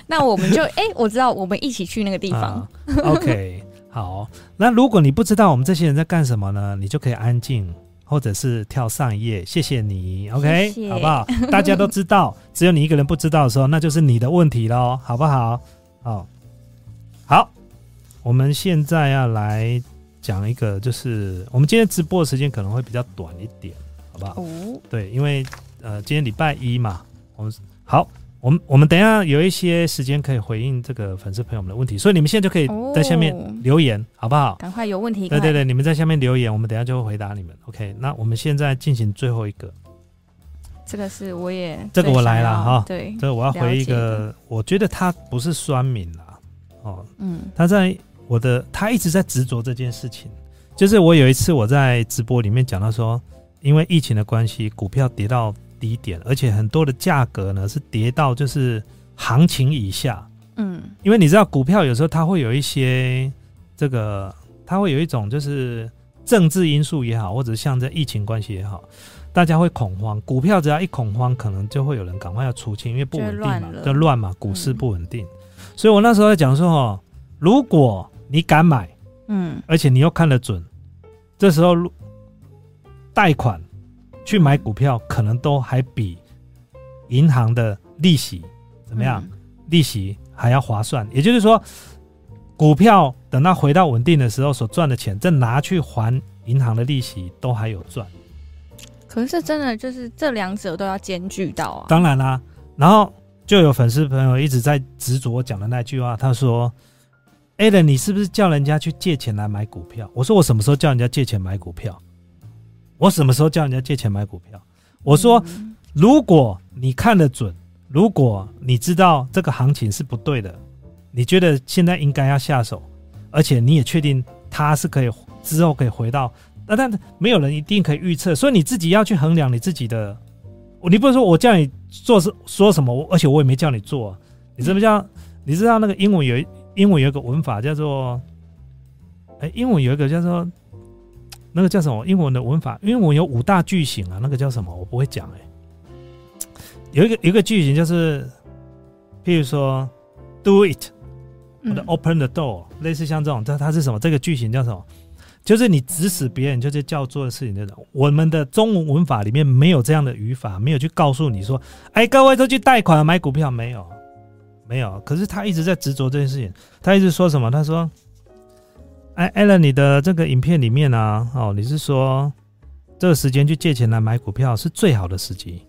那我们就哎、我知道，我们一起去那个地方
啊。OK，好。 那如果你不知道我们这些人在干什么呢，你就可以安静，或者是跳上一页。谢谢你，OK，
谢谢
好不好？大家都知 道，只有你一个人不知道的时候，那就是你的问题喽，好不好？哦，好，我们现在要来讲一个，就是我们今天直播的时间可能会比较短一点，好不好？
哦，
对，因为呃，今天礼拜一嘛，我们好，我们我们等一下有一些时间可以回应这个粉丝朋友们的问题，所以你们现在就可以在下面
哦
留言，好不好？
赶快有问题，
对
赶
对对，你们在下面留言，我们等一下就会回答你们。OK，那我们现在进行最后一个，
快，这个是我也
这个我
最想
来了
要
哈
对，
这我要回一
了
个，我觉得他不是酸民啦，哦，
嗯，
他在我的他一直在执着这件事情，就是我有一次我在直播里面讲到说，因为疫情的关系，股票跌到低点，而且很多的价格呢是跌到就是行情以下，
嗯，
因为你知道股票有时候它会有一些这个，它会有一种就是政治因素也好，或者像这疫情关系也好。大家会恐慌，股票只要一恐慌，可能就会有人赶快要出清，因为不稳定
就会
嘛
乱，了嗯
就乱嘛，股市不稳定。所以我那时候在讲说哦，如果你敢买，
嗯，
而且你又看得准，这时候如贷款去买股票，可能都还比银行的利息怎么样？
嗯？
利息还要划算。也就是说，股票等到回到稳定的时候所赚的钱，再拿去还银行的利息，都还有赚。
可是这真的就是这两者都要兼具到啊。
当然啦、然后就有粉丝朋友一直在执着我讲的那句话，他说 a l a n 你是不是叫人家去借钱来买股票？”我说：“我什么时候叫人家借钱买股票？我什么时候叫人家借钱买股票？”我说：“
嗯
如果你看得准，如果你知道这个行情是不对的，你觉得现在应该要下手，而且你也确定它是可以之后可以回到，那但没有人一定可以预测，所以你自己要去衡量你自己的。你不是说我叫你做是说什么，我而且我也没叫你做啊、你知不知道？你知道那个英文有一英文有一个文法叫做，哎，英文有一个叫做那个叫什么？英文的文法，英文有五大句型啊，那个叫什么？我不会讲哎、有一个有一个句型就是，譬如说，do it，或者
嗯
open the door，、类似像这种，它它是什么？这个句型叫什么？就是你指使别人就是叫做的事情那种。我们的中文文法里面没有这样的语法，没有去告诉你说，哎，各位都去贷款买股票，没有，没有。可是他一直在执着这件事情，他一直说什么？他说，哎 a l l n 你的这个影片里面啊，哦，你是说这个时间去借钱来买股票是最好的时机，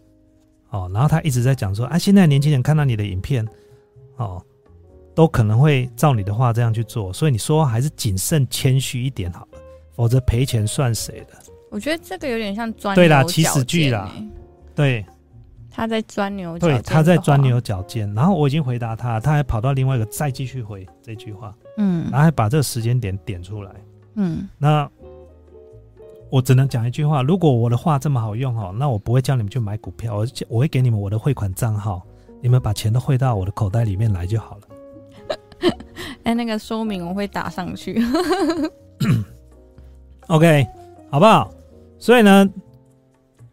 哦，然后他一直在讲说，啊，现在年轻人看到你的影片，哦，都可能会照你的话这样去做，所以你说还是谨慎谦虚一点好了，否则赔钱算谁的？
我觉得这个有点像钻
对啦
牛
起
角
始句
尖
啦
欸
对
他在钻牛角尖
对，
的话，
他在钻牛角尖，然后我已经回答他，他还跑到另外一个再继续回这句话，
嗯，
然后还把这个时间点点出来。
嗯
那我只能讲一句话：如果我的话这么好用哦，那我不会叫你们去买股票，我我会给你们我的汇款账号，你们把钱都汇到我的口袋里面来就好了。
哎、那个说明我会打上去。
OK，好不好？所以呢，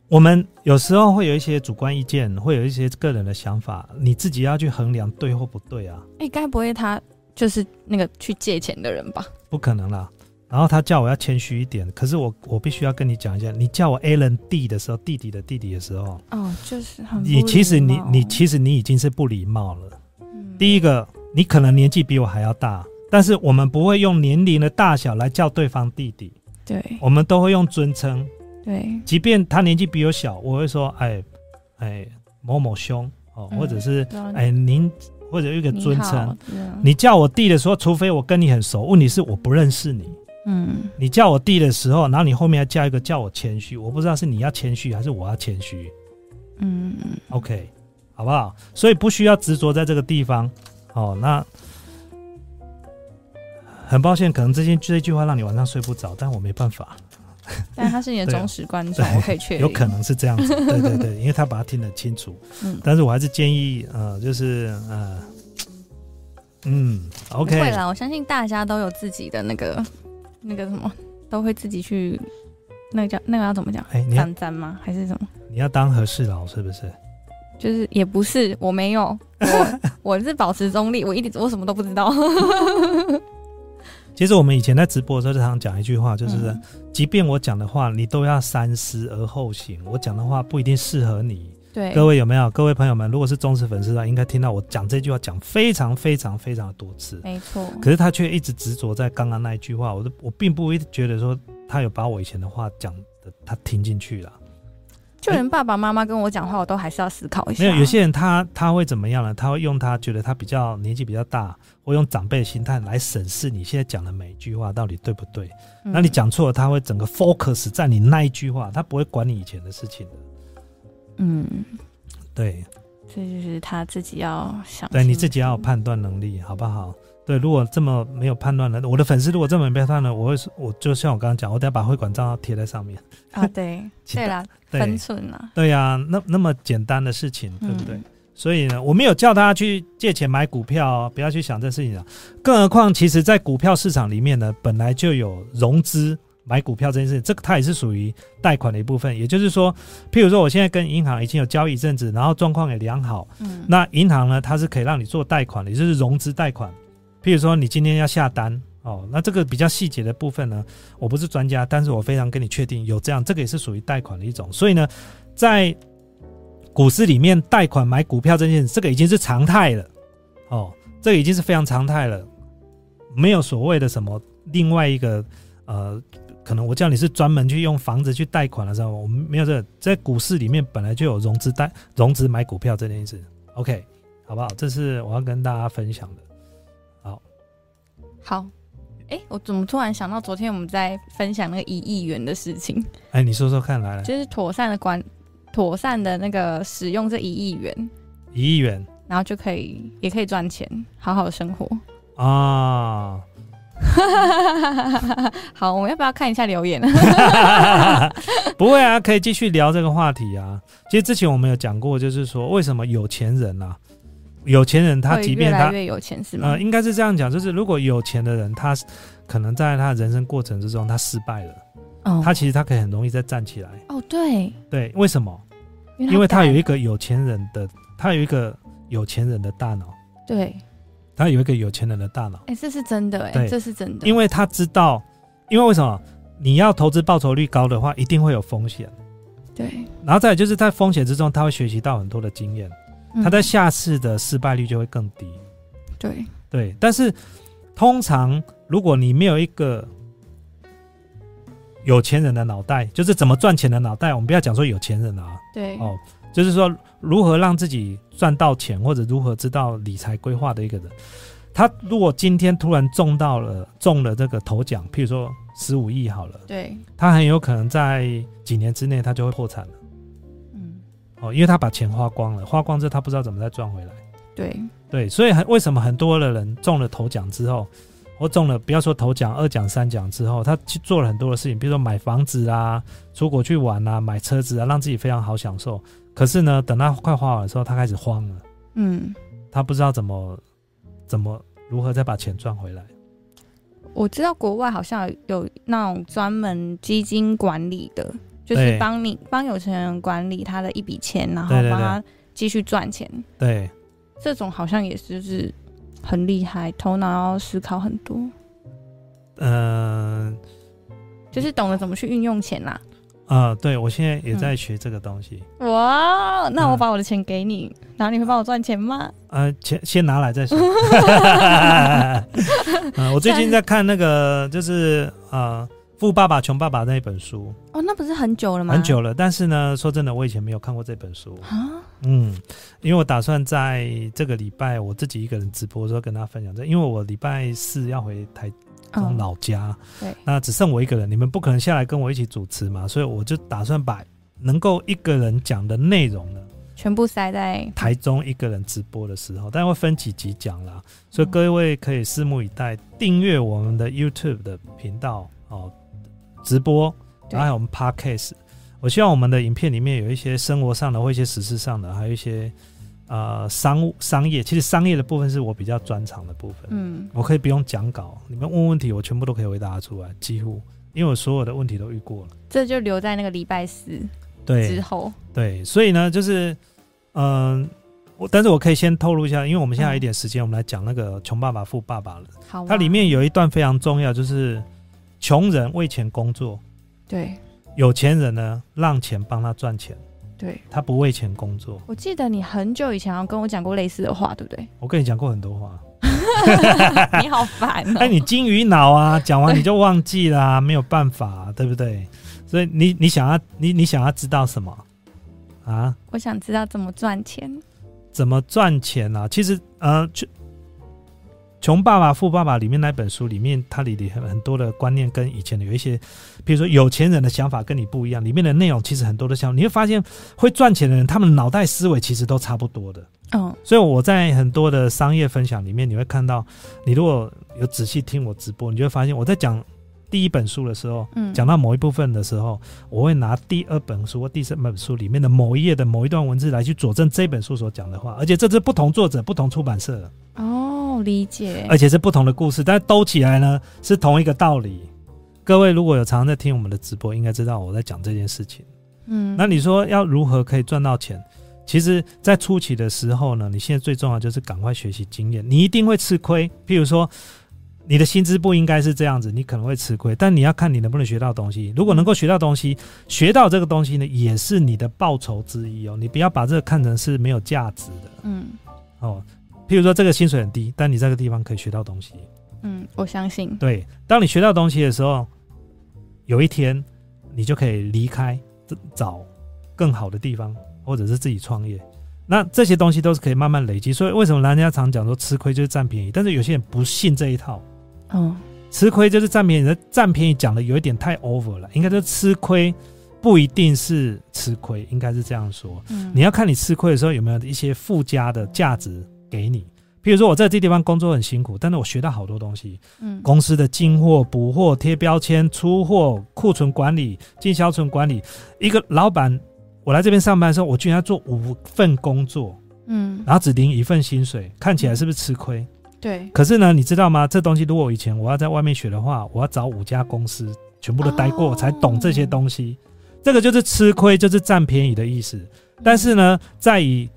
我们有时候会有一些主观意见，会有一些个人的想法，你自己要去衡量对或不对啊，
哎、该不会他就是那个去借钱的人吧？
不可能啦。然后他叫我要谦虚一点，可是我我必须要跟你讲一下，你叫我 Alan 弟的时候，弟弟的弟弟的时候，
哦，就是很
你
不
其实
礼
你
貌
你其实你已经是不礼貌了。
嗯
第一个，你可能年纪比我还要大，但是我们不会用年龄的大小来叫对方弟弟，
对
我们都会用尊称。
对
即便他年纪比我小，我会说，哎，哎，某某兄哦，
嗯
或者是
然后
哎您，或者有一个
你
尊
好
称。
这样
你叫我弟的时候，除非我跟你很熟，问题是我不认识你。
嗯
你叫我弟的时候，然后你后面还加一个叫我谦虚，我不知道是你要谦虚还是我要谦虚。
嗯嗯
OK，好不好？所以不需要执着在这个地方。哦，那很抱歉，可能这些这句话让你晚上睡不着，但我没办法，
但他是你的
对啊
忠实观众，我可以确定。
有可能是这样子。对对对，因为他把它听得清楚。
嗯
但是我还是建议，呃，就是呃，嗯
不会
，OK，
啦，我相信大家都有自己的那个那个什么，都会自己去那个叫那个要怎么讲？
哎、你要
赞赞吗？还是什么？
你要当和事佬是不是？
就是也不是，我没 有，我我是保持中立，我一点我什么都不知道。
其实我们以前在直播的时候，常常讲一句话，就是、
嗯
即便我讲的话，你都要三思而后行。我讲的话不一定适合你。
对，
各位有没有？各位朋友们，如果是忠实粉丝的话，应该听到我讲这句话讲非常非常非常多次。
没错，
可是他却一直执着在刚刚那一句话，我都我并不会觉得说他有把我以前的话讲的他听进去了。
就连爸爸妈妈跟我讲话，我都还是要思考一下。
哎没有，有些人他他会怎么样呢？他会用他觉得他比较年纪比较大，或用长辈的心态来审视你现在讲的每一句话到底对不对。
嗯，
那你讲错了，他会整个 focus 在你那一句话，他不会管你以前的事情的。
嗯，
对，
这就是他自己要想清楚。
对你自己要有判断能力，好不好？对，如果这么没有判断能，我的粉丝如果这么没判断能，我会说我就像我刚刚讲，我等下把会馆账号贴在上面。
啊， 对
其他
对啦，分
对
寸啦，
对呀、那那么简单的事情，对不对？
嗯
所以呢，我没有叫大家去借钱买股票、哦，不要去想这事情啊。更何况，其实，在股票市场里面呢，本来就有融资买股票这件事，这个它也是属于贷款的一部分。也就是说，譬如说，我现在跟银行已经有交易一阵子，然后状况也良好，
嗯，
那银行呢，它是可以让你做贷款的，也就是融资贷款。譬如说，你今天要下单哦，那这个比较细节的部分呢，我不是专家，但是我非常跟你确定有这样，这个也是属于贷款的一种。所以呢，在股市里面贷款买股票这件事，这个已经是常态了哦，这个已经是非常常态了，没有所谓的什么另外一个呃。可能我叫你是专门去用房子去贷款的时候，我们没有这个，在股市里面本来就有融资贷、融资买股票这件事。OK，好不好？这是我要跟大家分享的。
好。哎、我怎么突然想到昨天我们在分享那个一亿元的事情？
哎，你说说看，来来，
就是妥善的管，妥善的那个使用这一亿元，
一亿元
然后就可以也可以赚钱，好好生活。
啊！
好，我们要不要看一下留言？
不会啊，可以继续聊这个话题啊。其实之前我们有讲过，就是说为什么有钱人啊，有钱人他
会
即
越
便他
来越有钱是吗
呃，？应该是这样讲，就是如果有钱的人，他可能在他的人生过程之中他失败了，
哦
他其实他可以很容易再站起来。
哦对，
对，为什么？
因
因为他有
敢
一个有钱人的，他有一个有钱人的大脑，
对，
他有一个有钱人的大脑。
哎、这是真的哎、
对
这是真的，
因
为
为他知道，因为为什么你要投资报酬率高的话，一定会有风险，
对
然后再来就是在风险之中，他会学习到很多的经验，他在下次的失败率就会更低。
嗯、对
对，但是通常如果你没有一个有钱人的脑袋，就是怎么赚钱的脑袋，我们不要讲说有钱人啊，
对、
哦，就是说如何让自己赚到钱，或者如何知道理财规划的一个人。他如果今天突然中到了中了这个头奖，譬如说十五亿好了，
对，
他很有可能在几年之内他就会破产了
嗯
哦，因为他把钱花光了，花光之后他不知道怎么再赚回来。
对
对，所以很为什么很多的人中了头奖之后，或中了不要说头奖、二奖、三奖之后，他去做了很多的事情，比如说买房子啊、出国去玩啊、买车子啊，让自己非常好享受。可是呢，等他快花完的时候，他开始慌了，
嗯，
他不知道怎么怎么如何再把钱赚回来。
我知道国外好像有那种专门基金管理的，就
对
是帮你帮有钱人管理他的一笔钱，然后
对对对
帮他继续赚钱，
对，
这种好像也是就是很厉害，头脑要思考很多，
嗯、
就是懂得怎么去运用钱啦。
呃，对我现在也在学这个东西。
哇，那我
嗯
把我的钱给你，然后你会帮我赚钱吗？
呃，钱先拿来 再说。 嗯，我最近在看那个，就是呃，《富爸爸穷爸爸》那一本书，
哦，那不是很久了吗？
很久了。但是呢，说真的，我以前没有看过这本书。
啊，
嗯，因为我打算在这个礼拜我自己一个人直播的时候跟大家分享这，因为我礼拜四要回台中
嗯，
老家，
对
那只剩我一个人，你们不可能下来跟我一起主持嘛，所以我就打算把能够一个人讲的内容呢，
全部塞在
台中一个人直播的时候，但会分几集讲
嗯
啦，所以各位可以拭目以待，订阅我们的 YouTube 的频道哦，直播，
对
然后还有我们 Podcast。我希望我们的影片里面有一些生活上的或一些时事上的，还有一些呃商务商业，其实商业的部分是我比较专长的部分，
嗯
我可以不用讲稿，你们问问题我全部都可以回答得出来，几乎因为我所有的问题都遇过了。
这就留在那个礼拜四之
对
后。
对，所以呢，就是嗯、我但是我可以先透露一下，因为我们现在还有一点时间，我们来讲那个《穷爸爸富爸爸》了。
好啊，
它里面有一段非常重要，就是穷人为钱工作，
对
有钱人呢让钱帮他赚钱，
对，
他不为钱工作。
我记得你很久以前好像跟我讲过类似的话，对不 对？
我跟你讲过很多话，
你好烦哦、
哎，你金鱼脑啊，讲完
对
你就忘记啦、没有办法、啊对不对？所以你你想要你你想要知道什么啊？
我想知道怎么赚钱。
怎么赚钱啊？其实呃，穷穷爸爸富爸爸里面那本书里面，它里里很很多的观念跟以前的有一些，比如说有钱人的想法跟你不一样，里面的内容其实很多的像，你会发现会赚钱的人，他们脑袋思维其实都差不多的。
嗯，
所以我在很多的商业分享里面，你会看到，你如果有仔细听我直播，你就会发现我在讲第一本书的时候，
嗯
讲到某一部分的时候，我会拿第二本书或第三本书里面的某一页的某一段文字来去佐证这本书所讲的话，而且这是不同作者、不同出版社的，
哦，理解。
而且是不同的故事，但兜起来呢是同一个道理。各位如果有常常在听我们的直播，应该知道我在讲这件事情。
嗯，
那你说要如何可以赚到钱？其实，在初期的时候呢，你现在最重要就是赶快学习经验，你一定会吃亏。譬如说，你的薪资不应该是这样子，你可能会吃亏，但你要看你能不能学到东西。如果能够学到东西，学到这个东西呢，也是你的报酬之一哦。你不要把这个看成是没有价值的
嗯
哦。譬如说，这个薪水很低，但你在这个地方可以学到东西。
嗯，我相信。
对，当你学到东西的时候，有一天你就可以离开，这找更好的地方，或者是自己创业。那这些东西都是可以慢慢累积，所以为什么人家常讲说吃亏就是占便宜？但是有些人不信这一套，
嗯，
吃亏就是占便宜，的占便宜讲的有一点太 over 了，应该就是吃亏不一定是吃亏，应该是这样说。
嗯
你要看你吃亏的时候有没有一些附加的价值给你。譬如说我在这地方工作很辛苦，但是我学到好多东西，
嗯
公司的进货、补货、贴标签、出货、库存管理、进销存管理。一个老板，我来这边上班的时候，我居然要做五份工作，
嗯，
然后只领一份薪水，看起来是不是吃亏？
对，
可是呢，你知道吗？这东西如果我以前我要在外面学的话，我要找五家公司全部都待过，
哦
才懂这些东西。这个就是吃亏，就是占便宜的意思。但是呢，在以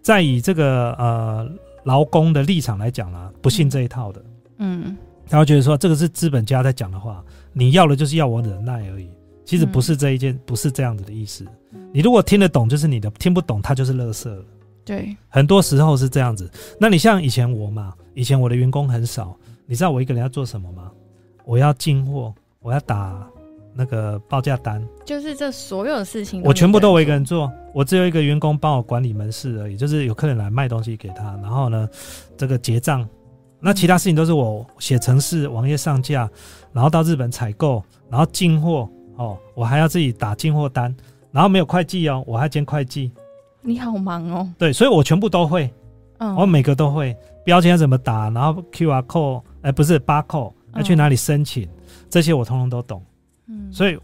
在以这个呃劳工的立场来讲啦、不信这一套的。
嗯，
他会觉得说这个是资本家在讲的话，你要的就是要我忍耐而已。其实不是这一件，不是这样子的意思。你如果听得懂，就是你的；听不懂，它就是垃圾了。
对，
很多时候是这样子。那你像以前我嘛，以前我的员工很少，你知道我一个人要做什么吗？我要进货，我要打那个报价单，
就是这所有的事情，
我全部都我一个人。做，我只有一个员工帮我管理门市而已，就是有客人来卖东西给他，然后呢，这个结账，那其他事情都是我写程式、网页上架，然后到日本采购，然后进货，哦，我还要自己打进货单，然后没有会计哦，我还兼会计，
你好忙哦。
对，所以我全部都会，
嗯，
我每个都会，标签要怎么打，然后 QR code，哎、不是八 code，要
嗯
去哪里申请，这些我通通都懂。
嗯
哦所以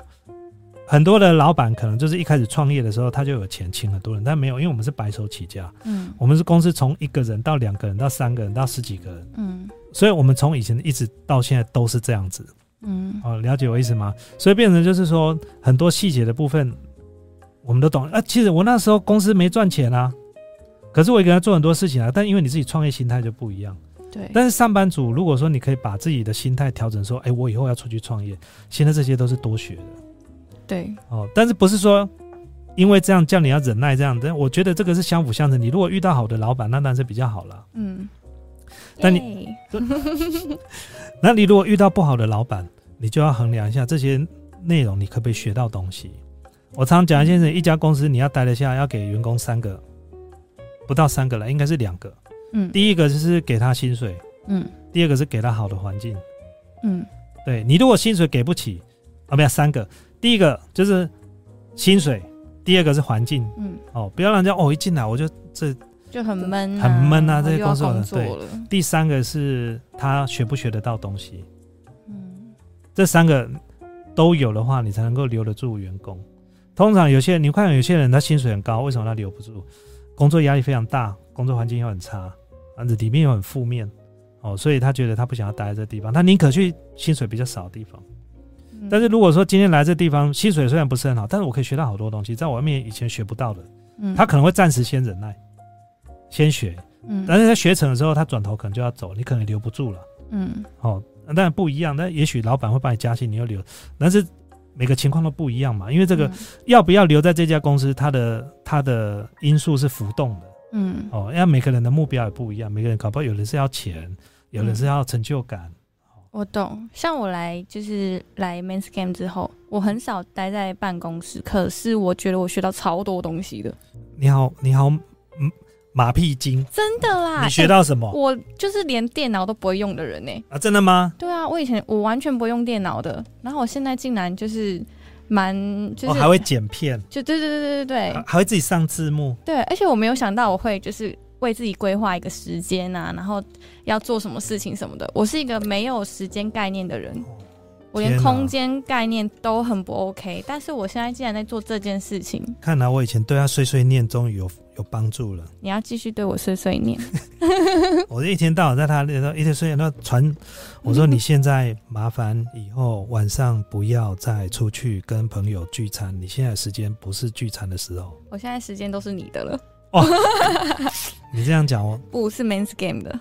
很多的老板可能就是一开始创业的时候他就有钱请很多人，但没有，因为我们是白手起家，
嗯
我们是公司从一个人到两个人到三个人到十几个人，
嗯
所以我们从以前一直到现在都是这样子。
嗯
哦，了解我意思吗？所以变成就是说很多细节的部分我们都懂。啊，其实我那时候公司没赚钱啊。可是我也给他做很多事情啊，但因为你自己创业心态就不一样。
对，
但是上班族如果说你可以把自己的心态调整，说，哎、我以后要出去创业，现在这些都是多学的。
对，
哦，但是不是说因为这样叫你要忍耐这样？但我觉得这个是相辅相成。你如果遇到好的老板，那当然是比较好了。
嗯。
但你
你
那你如果遇到不好的老板，你就要衡量一下这些内容，你可不可以学到东西？我常讲一件事，一家公司你要待得下，要给员工三个，不到三个了，应该是两个。
嗯
第一个就是给他薪水，
嗯
第二个是给他好的环境。
嗯
对你如果薪水给不起，啊，不要三个，第一个就是薪水，第二个是环境
嗯，
哦，不要让人家哦一进来我就这
就很闷，
很闷
然
啊
后
这些
又要
工作
工
的
作
对
了。
第三个是他学不学得到东西，
嗯
这三个都有的话，你才能够留得住员工。通常有些你看有些人他薪水很高，为什么他留不住？工作压力非常大，工作环境又很差，啊，里面又很负面，哦，所以他觉得他不想要待在这地方，他宁可去薪水比较少的地方。
嗯
但是如果说今天来这地方，薪水虽然不是很好，但是我可以学到好多东西，在外面以前学不到的，
嗯
他可能会暂时先忍耐，先学，
嗯
但是他学成了之后，他转头可能就要走，你可能留不住了。
嗯
哦，当然不一样，但也许老板会帮你加薪，你又留，但是每个情况都不一样嘛，因为
嗯
这个要不要留在这家公司，它的它的因素是浮动的
嗯
哦，因为每个人的目标也不一样，每个人搞不好有人是要钱，有人
嗯
是要成就感，
我懂，像我来就是来 Main Scam 之后，我很少待在办公室，可是我觉得我学到超多东西的，
你好你好，嗯，马屁精，
真的啦！
你学
欸
到什么、
我就是连电脑都不会用的人呢、
啊？真的吗？
对啊，我以前我完全不用电脑的，然后我现在竟然就是蛮就
我、
是、
哦还会啊剪片，
就对对对对对
还
对
还会自己上字幕，
对，而且我没有想到我会就是为自己规划一个时间啊，然后要做什么事情什么的。我是一个没有时间概念的人，我连
天哪
空间概念都很不 OK。但是我现在既然在做这件事情，
看来我以前对他碎碎念终于有有帮助了。
你要继续对我碎碎念，
我一天到晚在他那头一天睡，那传我说你现在麻烦以后晚上不要再出去跟朋友聚餐，你现在时间不是聚餐的时候。
我现在时间都是你的了，
你这样讲我，
不是 Men's Game 的，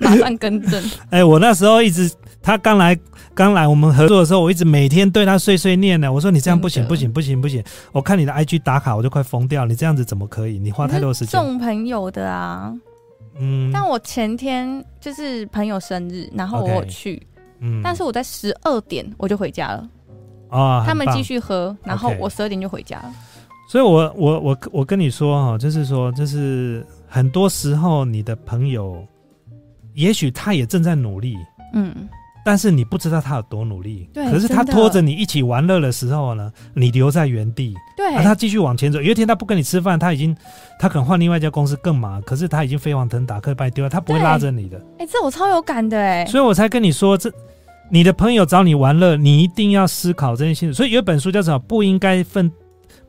马上更正。
哎，我那时候一直他刚来刚来我们合作的时候，我一直每天对他碎碎念呢。我说你这样不行
真的
不行不行不行，我看你的 IG 打卡我就快疯掉，你这样子怎么可以？你花太多时间。
送朋友的啊，
嗯
但我前天就是朋友生日，然后我
OK
有去
嗯
但是我在十二点我就回家了，
啊，
他们
很棒
继续喝，然后
OK
我十二点就回家了。
所以我，我我我跟你说哈，就是说，就是很多时候你的朋友，也许他也正在努力，
嗯，
但是你不知道他有多努力。
对
可是他
真的
拖着你一起玩乐的时候呢，你留在原地，
对，
啊、他继续往前走。有一天他不跟你吃饭，他已经他可能换另外一家公司更忙，可是他已经飞黄腾达，可以把你丢了，他不会
对
拉着你的。
哎、这我超有感的哎、
所以我才跟你说，这你的朋友找你玩乐，你一定要思考这件事。所以有一本书叫什么？不应该分，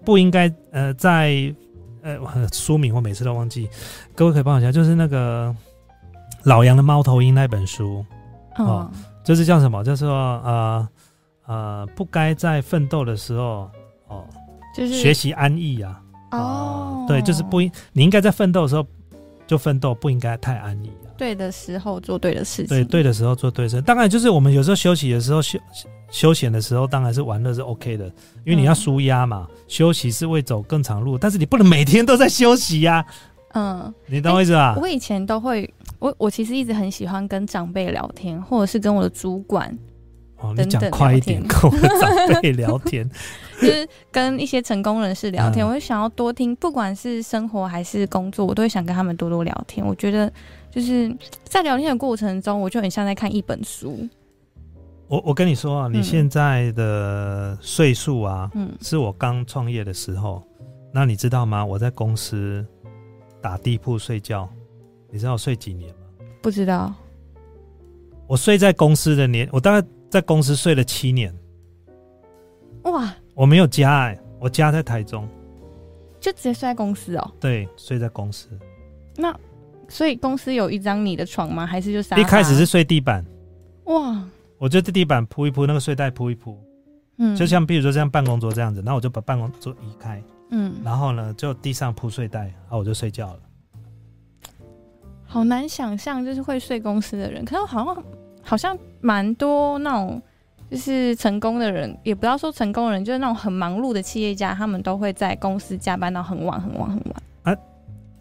不应该呃，在呃书名我每次都忘记，各位可以帮我一下，就是那个老杨的《猫头鹰》那本书，
嗯、
哦就是叫什么？叫做呃呃，不该在奋斗的时候哦，
就是
学习安逸啊。
哦，
对，就是不应，你应该在奋斗的时候就奋斗，不应该太安逸啊。
对的时候做对的事情。
对，对的时候做对事，当然就是我们有时候休息的时候休休闲的时候，当然是玩乐是 OK 的，因为你要
嗯
舒压嘛，休息是为走更长路，但是你不能每天都在休息呀、
嗯，
你懂我意思吧？
我以前都会，我我其实一直很喜欢跟长辈聊天，或者是跟我的主管，
哦，你
等
讲
等
快
聊
一点，
天
跟我的 长辈聊天，
就是跟一些成功人士聊天，
嗯
我就想要多听，不管是生活还是工作，我都会想跟他们多多聊天。我觉得就是在聊天的过程中，我就很像在看一本书。
我我跟你说啊，你
嗯
现在的岁数啊，
嗯，
是我刚创业的时候，那你知道吗？我在公司打地铺睡觉，你知道我睡几年吗？
不知道。
我睡在公司的年，我大概在公司睡了七年。
哇，
我没有家哎、我家在台中，
就直接睡在公司哦。
对，睡在公司。
那所以公司有一张你的床吗？还是就沙发？
一开始是睡地板，
哇，
我就地板铺一铺，那个睡袋铺一铺，
嗯，
就像比如说像办公桌这样子，那我就把办公桌移开，
嗯，
然后呢就地上铺睡袋，然后我就睡觉了。
好难想象，就是会睡公司的人，可是我好像好像蛮多那种。就是成功的人，也不要说成功人，就是那种很忙碌的企业家，他们都会在公司加班到很晚、很晚、很晚。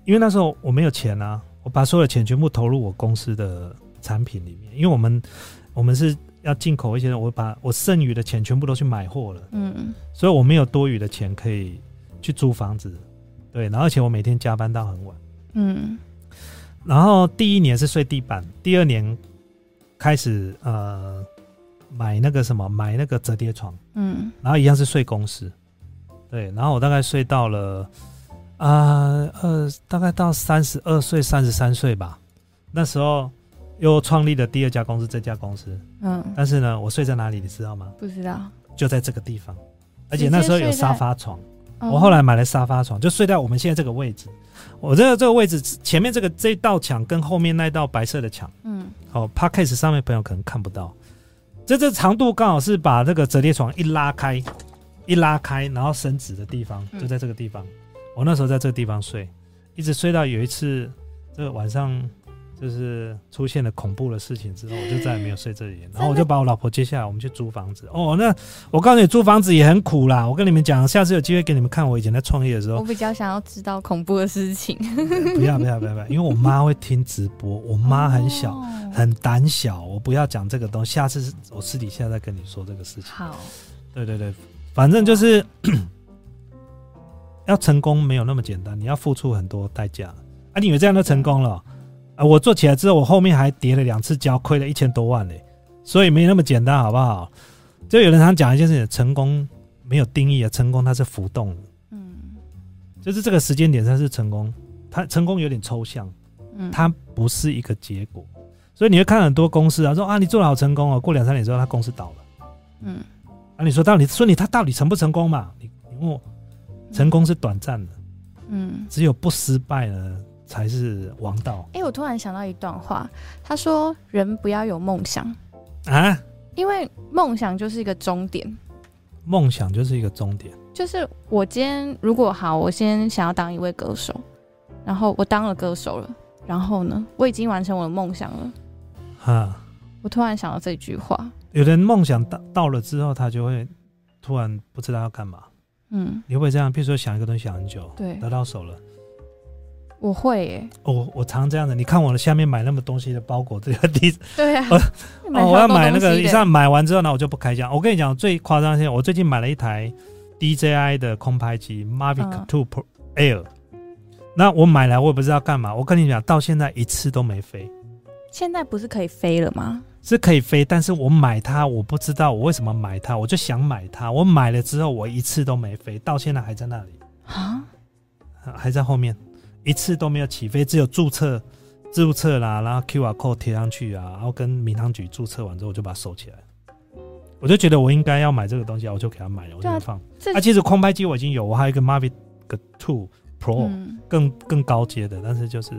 因为那时候我没有钱啊，我把所有的钱全部投入我公司的产品里面，因为我们我们是要进口一些，我把我剩余的钱全部都去买货了，
嗯，
所以我没有多余的钱可以去租房子，对，然后而且我每天加班到很晚。
嗯，
然后第一年是睡地板，第二年开始呃买那个什么买那个折叠床，
嗯，
然后一样是睡公司，对，然后我大概睡到了啊呃大概到三十二岁三十三岁吧，那时候又创立了第二家公司这家公司，
嗯，
但是呢我睡在哪里你知道吗？
不知道。
就在这个地方，而
直接
且那时候有
睡在
沙发床，
哦
我后来买了沙发床，就睡在我们现在这个位置。我这个这个位置前面这个这道墙跟后面那道白色的墙，
嗯，
哦 p a c k a g e 上面朋友可能看不到。这这长度刚好是把这个折叠床一拉开，一拉开，然后伸直的地方
嗯
就在这个地方。我那时候在这个地方睡，一直睡到有一次这个晚上就是出现了恐怖的事情之后，我就再也没有睡这里。然后我就把我老婆接下来，我们去租房子。哦，那我告诉你，租房子也很苦啦。我跟你们讲，下次有机会给你们看我以前在创业的时候
我，比较想要知道恐怖的事情。
不要不要不要不要，因为我妈会听直播，我妈很小。
哦
很胆小，我不要讲这个东西，下次我私底下再跟你说这个事情。
好，
对对对，反正就是 要成功没有那么简单，你要付出很多代价。啊，你以为这样就成功了哦？啊，我做起来之后，我后面还跌了两次跤，亏了一千多万嘞，所以没那么简单，好不好？就有人常讲一件事情，成功没有定义啊，成功它是浮动的，
嗯
就是这个时间点它是成功，它成功有点抽象。
嗯，
它不是一个结果，所以你会看很多公司啊，说啊你做的好成功哦，过两三年之后他公司倒了，
嗯
啊你说到底说你他到底成不成功嘛？你你问我，成功是短暂的，
嗯。
只有不失败呢才是王道
哎、我突然想到一段话，他说：“人不要有梦想，
啊！
因为梦想就是一个终点。
梦想就是一个终点，
就是我今天如果好，我先想要当一位歌手，然后我当了歌手了，然后呢，我已经完成我的梦想了。
啊，
我突然想到这句话，
有人梦想到到了之后，他就会突然不知道要干嘛。
嗯，
你会不会这样？譬如说想一个东西想很久，
对
得到手了，
我会耶、
哦，我我常这样的。你看我的下面买那么东西的包裹，这个第一
对 啊，
哦
蛮
哦，我
超
要
多
买那
东
个，
西
一
的
下买完之后呢，我就不开箱。我跟你讲，最夸张的是，我最近买了一台 DJI 的空拍机 Mavic
嗯
Two Pro Air。那我买来我也不知道干嘛。我跟你讲，到现在一次都没飞，
现在不是可以飞了吗？
是可以飞，但是我买它，我不知道我为什么买它，我就想买它。我买了之后，我一次都没飞，到现在还在那里，
啊，
啊还在后面，一次都没有起飞，只有注册、注册啦，然后 QR code 贴上去啊，然后跟民航局注册完之后，我就把它收起来。我就觉得我应该要买这个东西啊，我就给它买了，我
对啊
就放。
这
啊，其实空拍机我已经有，我还有一个 Mavic Two Pro，、
嗯，
更更高阶的，但是就是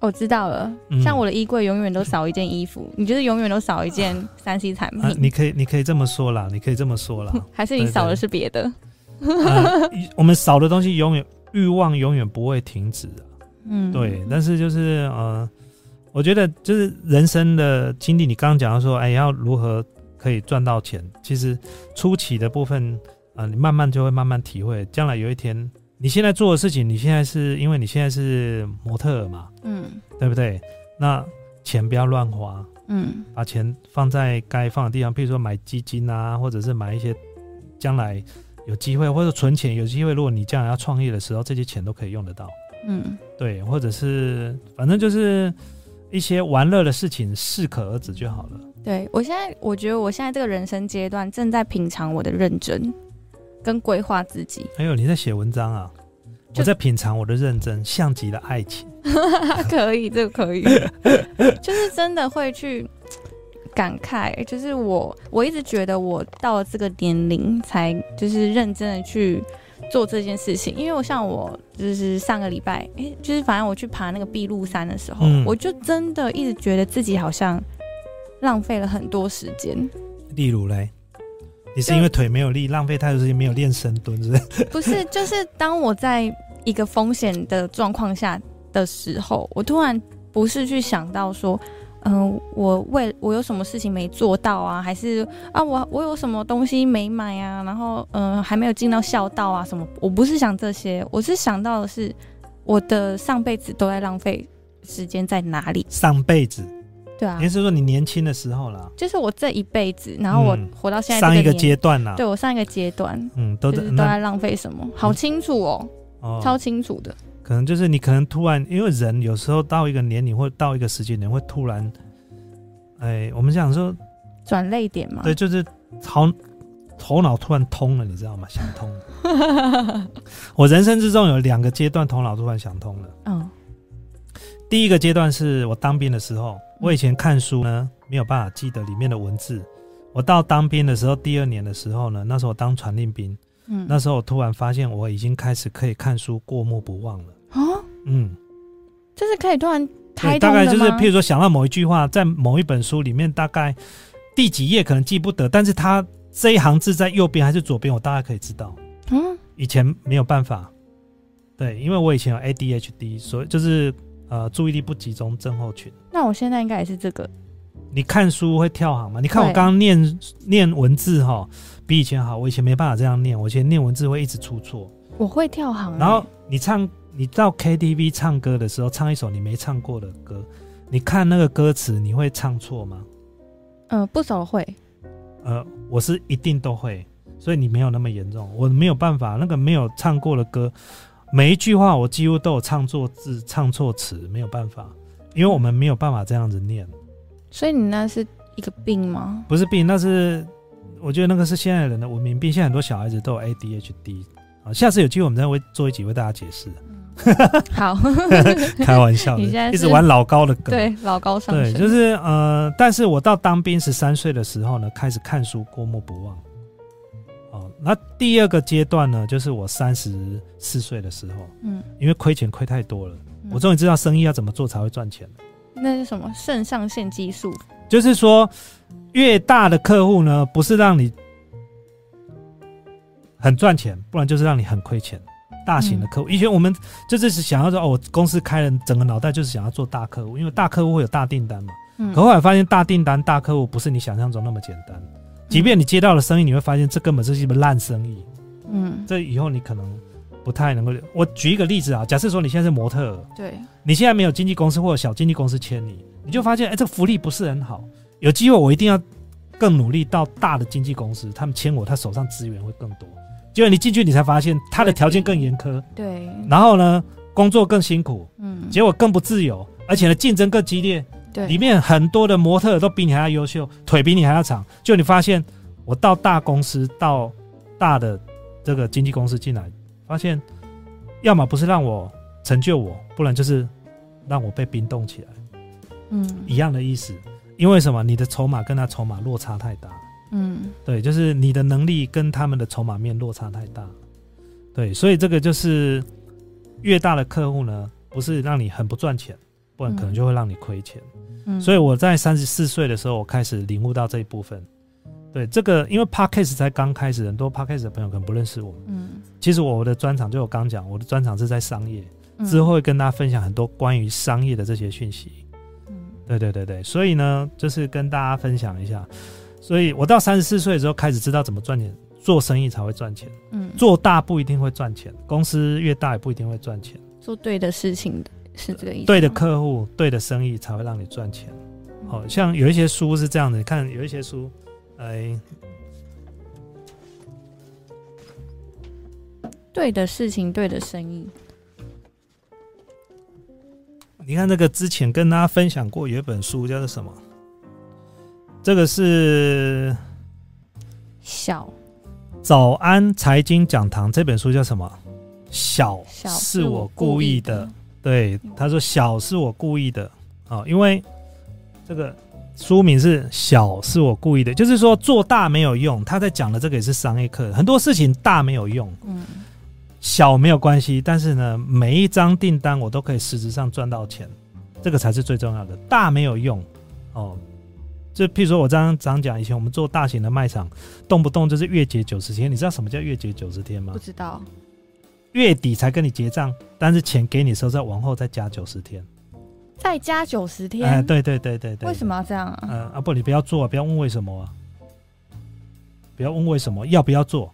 我哦知道了。
嗯
像我的衣柜永远都少一件衣服，你就是永远都少一件三 C 产品。
啊，你可以你可以这么说啦，你可以这么 说啦。
还是你
对
少
对
的是别的？
啊一我们少的东西永远欲望永远不会停止的
嗯，
对，但是就是呃，我觉得就是人生的经历，你刚刚讲到说，哎，要如何可以赚到钱？其实初期的部分，啊，你慢慢就会慢慢体会，将来有一天，你现在做的事情，你现在是因为你现在是模特儿嘛，
嗯
对不对？那钱不要乱花，
嗯
把钱放在该放的地方，譬如说买基金啊，或者是买一些将来有机会或者存钱，有机会，如果你将来要创业的时候，这些钱都可以用得到。
嗯，
对，或者是反正就是一些玩乐的事情适可而止就好了。
对我现在我觉得我现在这个人生阶段正在品尝我的认真跟规划自己，
哎呦，你在写文章啊？
就
我在品尝我的认真，像极了爱情。
可以，这个可以， 就是真的会去感慨，就是我我一直觉得我到了这个年龄才就是认真的去做这件事情，因为我像我就是上个礼拜，哎、就是反正我去爬那个碧露山的时候，
嗯
我就真的一直觉得自己好像浪费了很多时间，
例如嘞，你是因为腿没有力，浪费太多时间没有练深蹲，是不 是？
不是，就是当我在一个风险的状况下的时候，我突然不是去想到说，嗯、我为我有什么事情没做到啊，还是啊，我我有什么东西没买啊，然后嗯、呃还没有尽到孝道啊什么，我不是想这些，我是想到的是我的上辈子都在浪费时间在哪里，
上辈子，
对啊
也，是说你年轻的时候啦，
就是我这一辈子，然后我
嗯
活到现在
上一
这
个
个年。
阶段啦。
对我上一个阶段，
嗯，都
就
在
是都
那
在浪费什么，好清楚哦，超
哦，
清楚的。
可能就是你可能突然，因为人有时候到一个年龄或到一个时间点会突然，哎，我们想说，
转泪点嘛。
对，就是头头脑突然通了，你知道吗？想通了。 我人生之中有两个阶段，头脑突然想通了。
嗯
第一个阶段是我当兵的时
嗯
候，我以前看书呢没有办法记得里面的文字。我到当兵的时候，第二年的时候呢，那时候我当传令兵，
嗯
那时候我突然发现我已经开始可以看书过目不忘了。
哦，
嗯，
这是可以突然
对
开
大
通
概
的
就是
吗
譬如说想到某一句话，在某一本书里面，大概第几页可能记不得，但是它这一行字在右边还是左边，我大概可以知道。
嗯
以前没有办法，对，因为我以前有 ADHD，所以就是呃注意力不集中症候群。
那我现在应该也是这个，
你看书会跳行吗？你看我
会
刚刚念念文字哈，比以前好。我以前没办法这样念，我以前念文字会一直出错。
我会跳行欸、
然后你唱，你到 KTV 唱歌的时候，唱一首你没唱过的歌，你看那个歌词，你会唱错吗？
嗯、不熟会，
呃，我是一定都会，所以你没有那么严重，我没有办法，那个没有唱过的歌，每一句话我几乎都有唱错字、唱错词，没有办法，因为我们没有办法这样子念，
所以你那是一个病 吗？
不是病，那是我觉得那个是现在人的文明病，现在很多小孩子都有 ADHD。啊，下次有机会我们再为做一集为大家解释，
好，
开玩 笑
你现在
的，
是
一直玩老高的梗。
对，老高上
对，
身，
就是呃，但是我到当兵十三岁的时候呢，开始看书过目不忘。哦，那第二个阶段呢，就是我三十四岁的时候，
嗯，
因为亏钱亏太多了，
嗯
我终于知道生意要怎么做才会赚钱了。
那是什么肾上腺激素？
就是说，越大的客户呢，不是让你很赚钱，不然就是让你很亏钱。大型的客户，以前我们就是想要说，哦，我公司开了整个脑袋就是想要做大客户，因为大客户会有大订单嘛。
嗯，
可后来发现，大订单、大客户不是你想象中那么简单。即便你接到了生意，你会发现这根本是一门烂生意。
嗯，
这以后你可能不太能够。我举一个例子啊，假设说你现在是模特儿，
对，
你现在没有经纪公司或者小经纪公司签你，你就发现，哎，这福利不是很好。有机会我一定要更努力到大的经纪公司，他们签我，他手上资源会更多。结果你进去，你才发现他的条件更严苛，
对，
然后呢，工作更辛苦，
嗯，
结果更不自由，而且呢，竞争更激烈。
对，
里面很多的模特都比你还要优秀，腿比你还要长。就你发现，我到大公司，到大的这个经纪公司进来，发现要么不是让我成就我，不然就是让我被冰冻起来，
嗯
一样的意思。因为什么？你的筹码跟他筹码落差太大，
嗯，
对，就是你的能力跟他们的筹码面落差太大，对，所以这个就是越大的客户呢，不是让你很不赚钱，不然可能就会让你亏钱。
嗯
所以
以
我在三十四岁的时候，我开始领悟到这一部分。对这个，因为 podcast 才刚开始，很多 podcast 的朋友可能不认识我。
嗯
其实我的专场就我刚讲，我的专场是在商业，
嗯
之后会跟大家分享很多关于商业的这些讯息。
嗯
对对对对，所以呢，就是跟大家分享一下。所以我到三十四岁的时候，开始知道怎么赚钱，做生意才会赚钱，
嗯
做大不一定会赚钱，公司越大也不一定会赚钱。
做对的事情的是这个意思，
对的，客户、对的生意才会让你赚钱。好、像有一些书是这样的，你看有一些书，哎，
对的事情，对的生意，
你看那个之前跟大家分享过有一本书叫做什么？这个是
小
《早安财经讲堂》这本书叫什么？小
小
是我故意的。，嗯对，他说小是我故意的啊、因为这个书名是小是我故意的，就是说做大没有用。他在讲的这个也是商业课，很多事情大没有用，
嗯
小没有关系，但是呢，每一张订单我都可以实质上赚到钱，这个才是最重要的。大没有用哦，就譬如说我刚刚常讲，以前我们做大型的卖场，动不动就是月结九十天，你知道什么叫月结九十天吗
不？知道，
月底才跟你结账，但是钱给你的时候再往后再加九十天。
再加九十天，
哎，对对对对对。
为什？么要这样啊？
呃，啊不，你不要做、啊，不要问为什么、啊，不要问为什么，要不要做，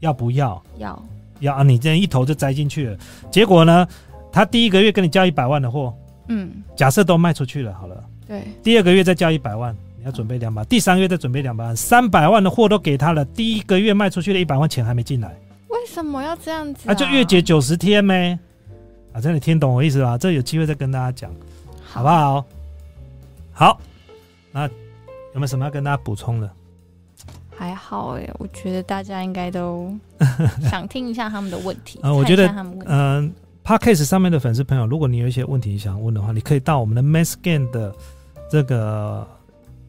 要不要，
要
要啊，你这样一头就栽进去了。结果呢，他第一个月跟你交一百万的货，
嗯
假设都卖出去了，好了，
对，
第二个月再交一百万，你要准备两百，第三个月再准备两百万，三百万的货都给他了，第一个月卖出去的一百万钱还没进来，
为什么要这样子
啊，就月结九十天呗。啊，这样你听懂我意思吧？这有机会再跟大家讲。好不
吧，
好？好，那有没有什么要跟大家补充的？
还好哎，我觉得大家应该 都想听一下他们的问题，
呃我
看一
觉得
下他们问题，
嗯、p o d c a s t 上面的粉丝朋友，如果你有一些问题想问的话，你可以到我们的 Mass Gain 的这个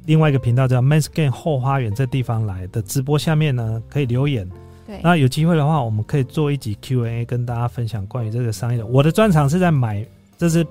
另外一个频道叫 Mass Gain 后花园这地方来的直播下面呢，可以留言。
对，
呃那有机会的话，我们可以做一集 Q&A 跟大家分享关于这个商业的。我的专长是在买，这是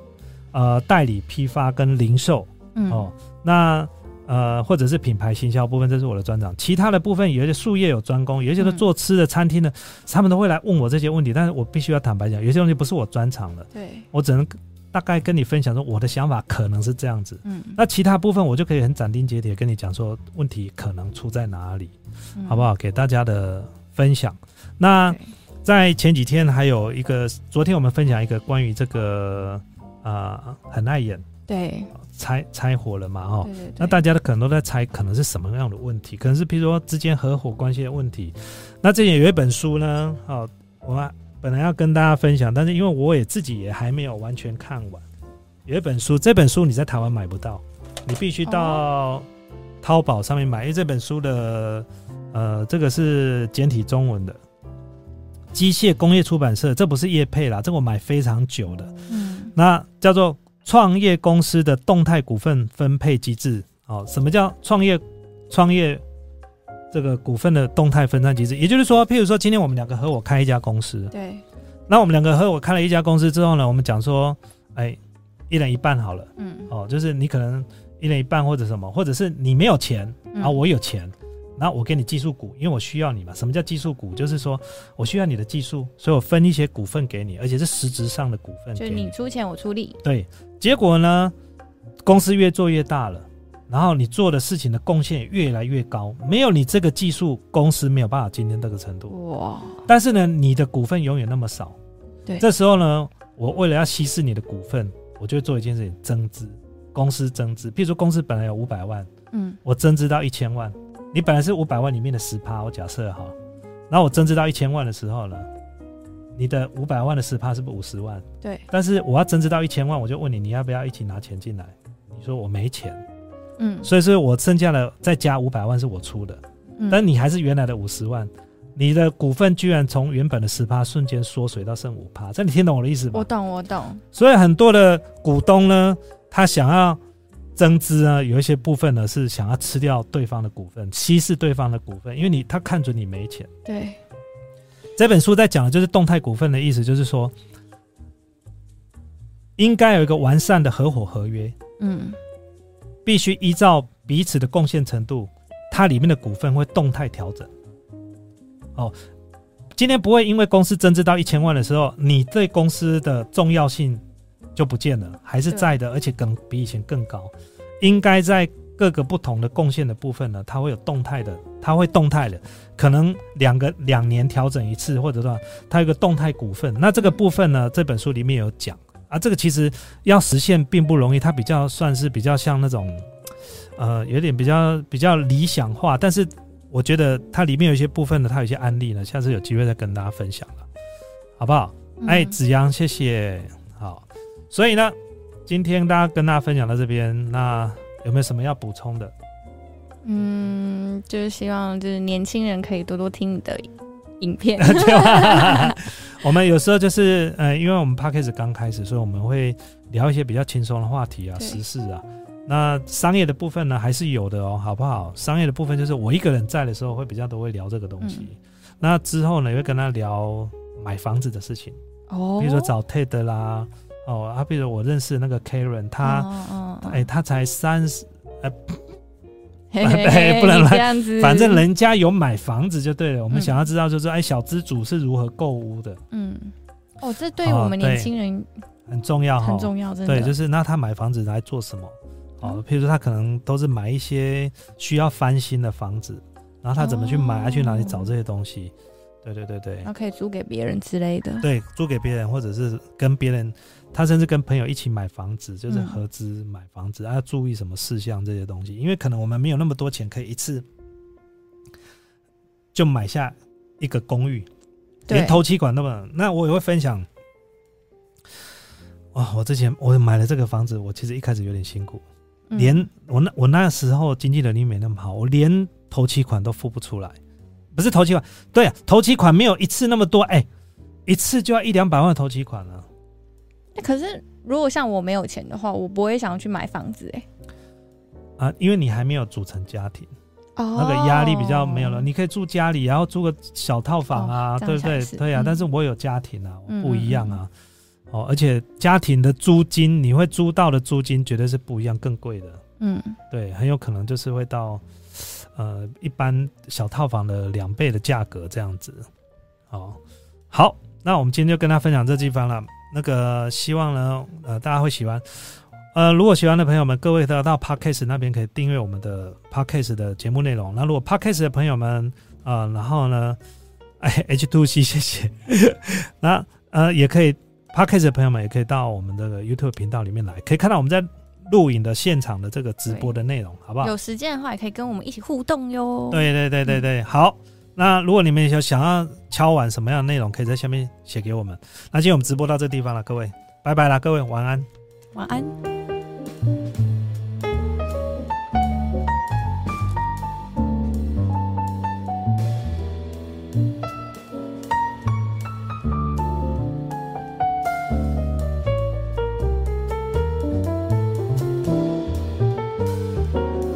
呃代理、批发跟零售
嗯
哦。那呃或者是品牌行销部分，这是我的专长。其他的部分有一些术业有专攻，有一些都
嗯
做吃的、餐厅的，他们都会来问我这些问题。但是我必须要坦白讲，有些东西不是我专长的，
对，
我只能大概跟你分享说我的想法可能是这样子。
嗯，
那其他部分我就可以很斩钉截铁跟你讲说问题可能出在哪里。
嗯
好不？好？给大家的分享。那
对
在前几天还有一个，昨天我们分享一个关于这个啊、呃很碍眼
对，
拆拆伙了嘛，哦。
对对对
那大家的可能都在猜，可能是什么样的问题？可能是比如说之间合伙关系的问题。那之前有一本书呢，哦，我本来要跟大家分享，但是因为我也自己也还没有完全看完，有一本书，这本书你在台湾买不到，你必须
哦
到淘宝上面买，因为这本书的呃，这个是简体中文的。机械工业出版社，这不是业配啦，这个我买非常久的。
嗯
那叫做创业公司的动态股份分配机制。哦，什么叫创业创业这个股份的动态分散机制？也就是说，譬如说今天我们两个合伙开一家公司，
对，
那我们两个合伙开了一家公司之后呢，我们讲说，哎，一人一半好了。
嗯
哦，就是你可能一人一半或者什么，或者是你没有钱，
嗯
啊，我有钱，然后我给你技术股，因为我需要你嘛。什么叫技术股？就是说我需要你的技术，所以我分一些股份给你，而且是实质上的股份
就
给
是
你
你。出钱我出力，
对，结果呢，公司越做越大了，然后你做的事情的贡献也越来越高，没有你这个技术，公司没有办法今天这个程度。
哇，
但是呢，你的股份永远那么少。
对
这时候呢，我为了要稀释你的股份，我就会做一件事情，增资，公司增资。譬如说，公司本来有五百万，
嗯
我增资到一千万，你本来是五百万里面的十趴，我假设哈，然后我增资到一千万的时候呢，你的五百万的十趴是不是五十万？
对。
但是我要增资到一千万，我就问你，你要不要一起拿钱进来？你说我没钱，
嗯，
所以说我剩下的再加五百万是我出的，
嗯
但你还是原来的五十万。你的股份居然从原本的十趴瞬间缩水到剩五趴，这你听懂我的意思吗？
我懂我懂，
所以很多的股东呢，他想要增资呢，有一些部分呢是想要吃掉对方的股份，稀释对方的股份，因为你他看准你没钱。
对，
这本书在讲的就是动态股份的意思，就是说应该有一个完善的合伙合约，
嗯
必须依照彼此的贡献程度，它里面的股份会动态调整。哦，今天不会因为公司增资到一千万的时候，你对公司的重要性就不见了，还是
对
在的，而且更比以前更高。应该在各个不同的贡献的部分呢，它会有动态的，它会动态的，可能两个两年调整一次，或者说它有一个动态股份。那这个部分呢，这本书里面有讲啊，这个其实要实现并不容易，它比较算是比较像那种，呃，有点比较比较理想化，但是我觉得它里面有一些部分呢，它有一些案例呢，下次有机会再跟大家分享了，好不好？哎，
嗯
子阳，谢谢。好，所以呢，今天大家跟大家分享到这边，那有没有什么要补充的？
嗯，就是希望就是年轻人可以多多听你的影 片，
对吧？ 我们有时候就是，呃，因为我们 p a c k a g e 刚开始，所以我们会聊一些比较轻松的话题啊、
对
时事啊。那商业的部分呢，还是有的哦，好不好？商业的部分就是我一个人在的时候，会比较多会聊这个东西。
嗯
那之后呢，也会跟他聊买房子的事情，
哦
比如说找 Ted 啦，哦，啊，比如我认识那个 Karen，他，
嗯
哎、他才三十，
嘿
不
嘿
哎
嘿
不能
你
乱
这样子，
反正人家有买房子就对了。我们
嗯
想要知道就是，哎，小资主是如何购屋的，
嗯，哦，这对于
哦
我们年
对
轻人
很重要哈、
很重要，真的，嗯
对，就是那他买房子来做什么？哦，譬如说他可能都是买一些需要翻新的房子，然后他怎么去买，他去哪里找这些东西？对对对对
然后可以租给别人之类的，
对，租给别人或者是跟别人，他甚至跟朋友一起买房子，就是
嗯
合资买房子，啊要注意什么事项这些东西，因为可能我们没有那么多钱可以一次就买下一个公寓，连
对，
头期款都不能。那我也会分享。哇、我之前我买了这个房子，我其实一开始有点辛苦，
嗯
连我那我那时候经济能力没那么好，我连头期款都付不出来，不是头期款，对、啊，头期款没有一次那么多，哎、一次就要一两百万的头期款了、
欸可是如果像我没有钱的话，我不会想要去买房子哎、
啊，因为你还没有组成家庭，
哦
那个压力比较没有了。你可以住家里，然后租个小套房啊，
哦这
对
样
不
想
对？
是
对啊，
嗯
但是我有家庭啊，我
嗯
不一样啊。哦，而且家庭的租金，你会租到的租金绝对是不一样，更贵的。
嗯，
对，很有可能就是会到呃一般小套房的两倍的价格这样子。哦，好，那我们今天就跟大家分享这地方了。那个希望呢，呃，大家会喜欢。呃，如果喜欢的朋友们，各位到到 Podcast 那边可以订阅我们的 Podcast 的节目内容。那如果 Podcast 的朋友们，呃，然后呢，哎，H Two C，谢谢。 那呃，也可以 Podcast 的朋友们也可以到我们的 YouTube 频道里面来，可以看到我们在录影的现场的这个直播的内容，好不好？
有时间的话也可以跟我们一起互动哟。，
对对对对对，好。那如果你们有想要敲碗什么样的内容，可以在下面写给我们。那今天我们直播到这地方了，各位，拜拜啦，各位晚安。
晚安。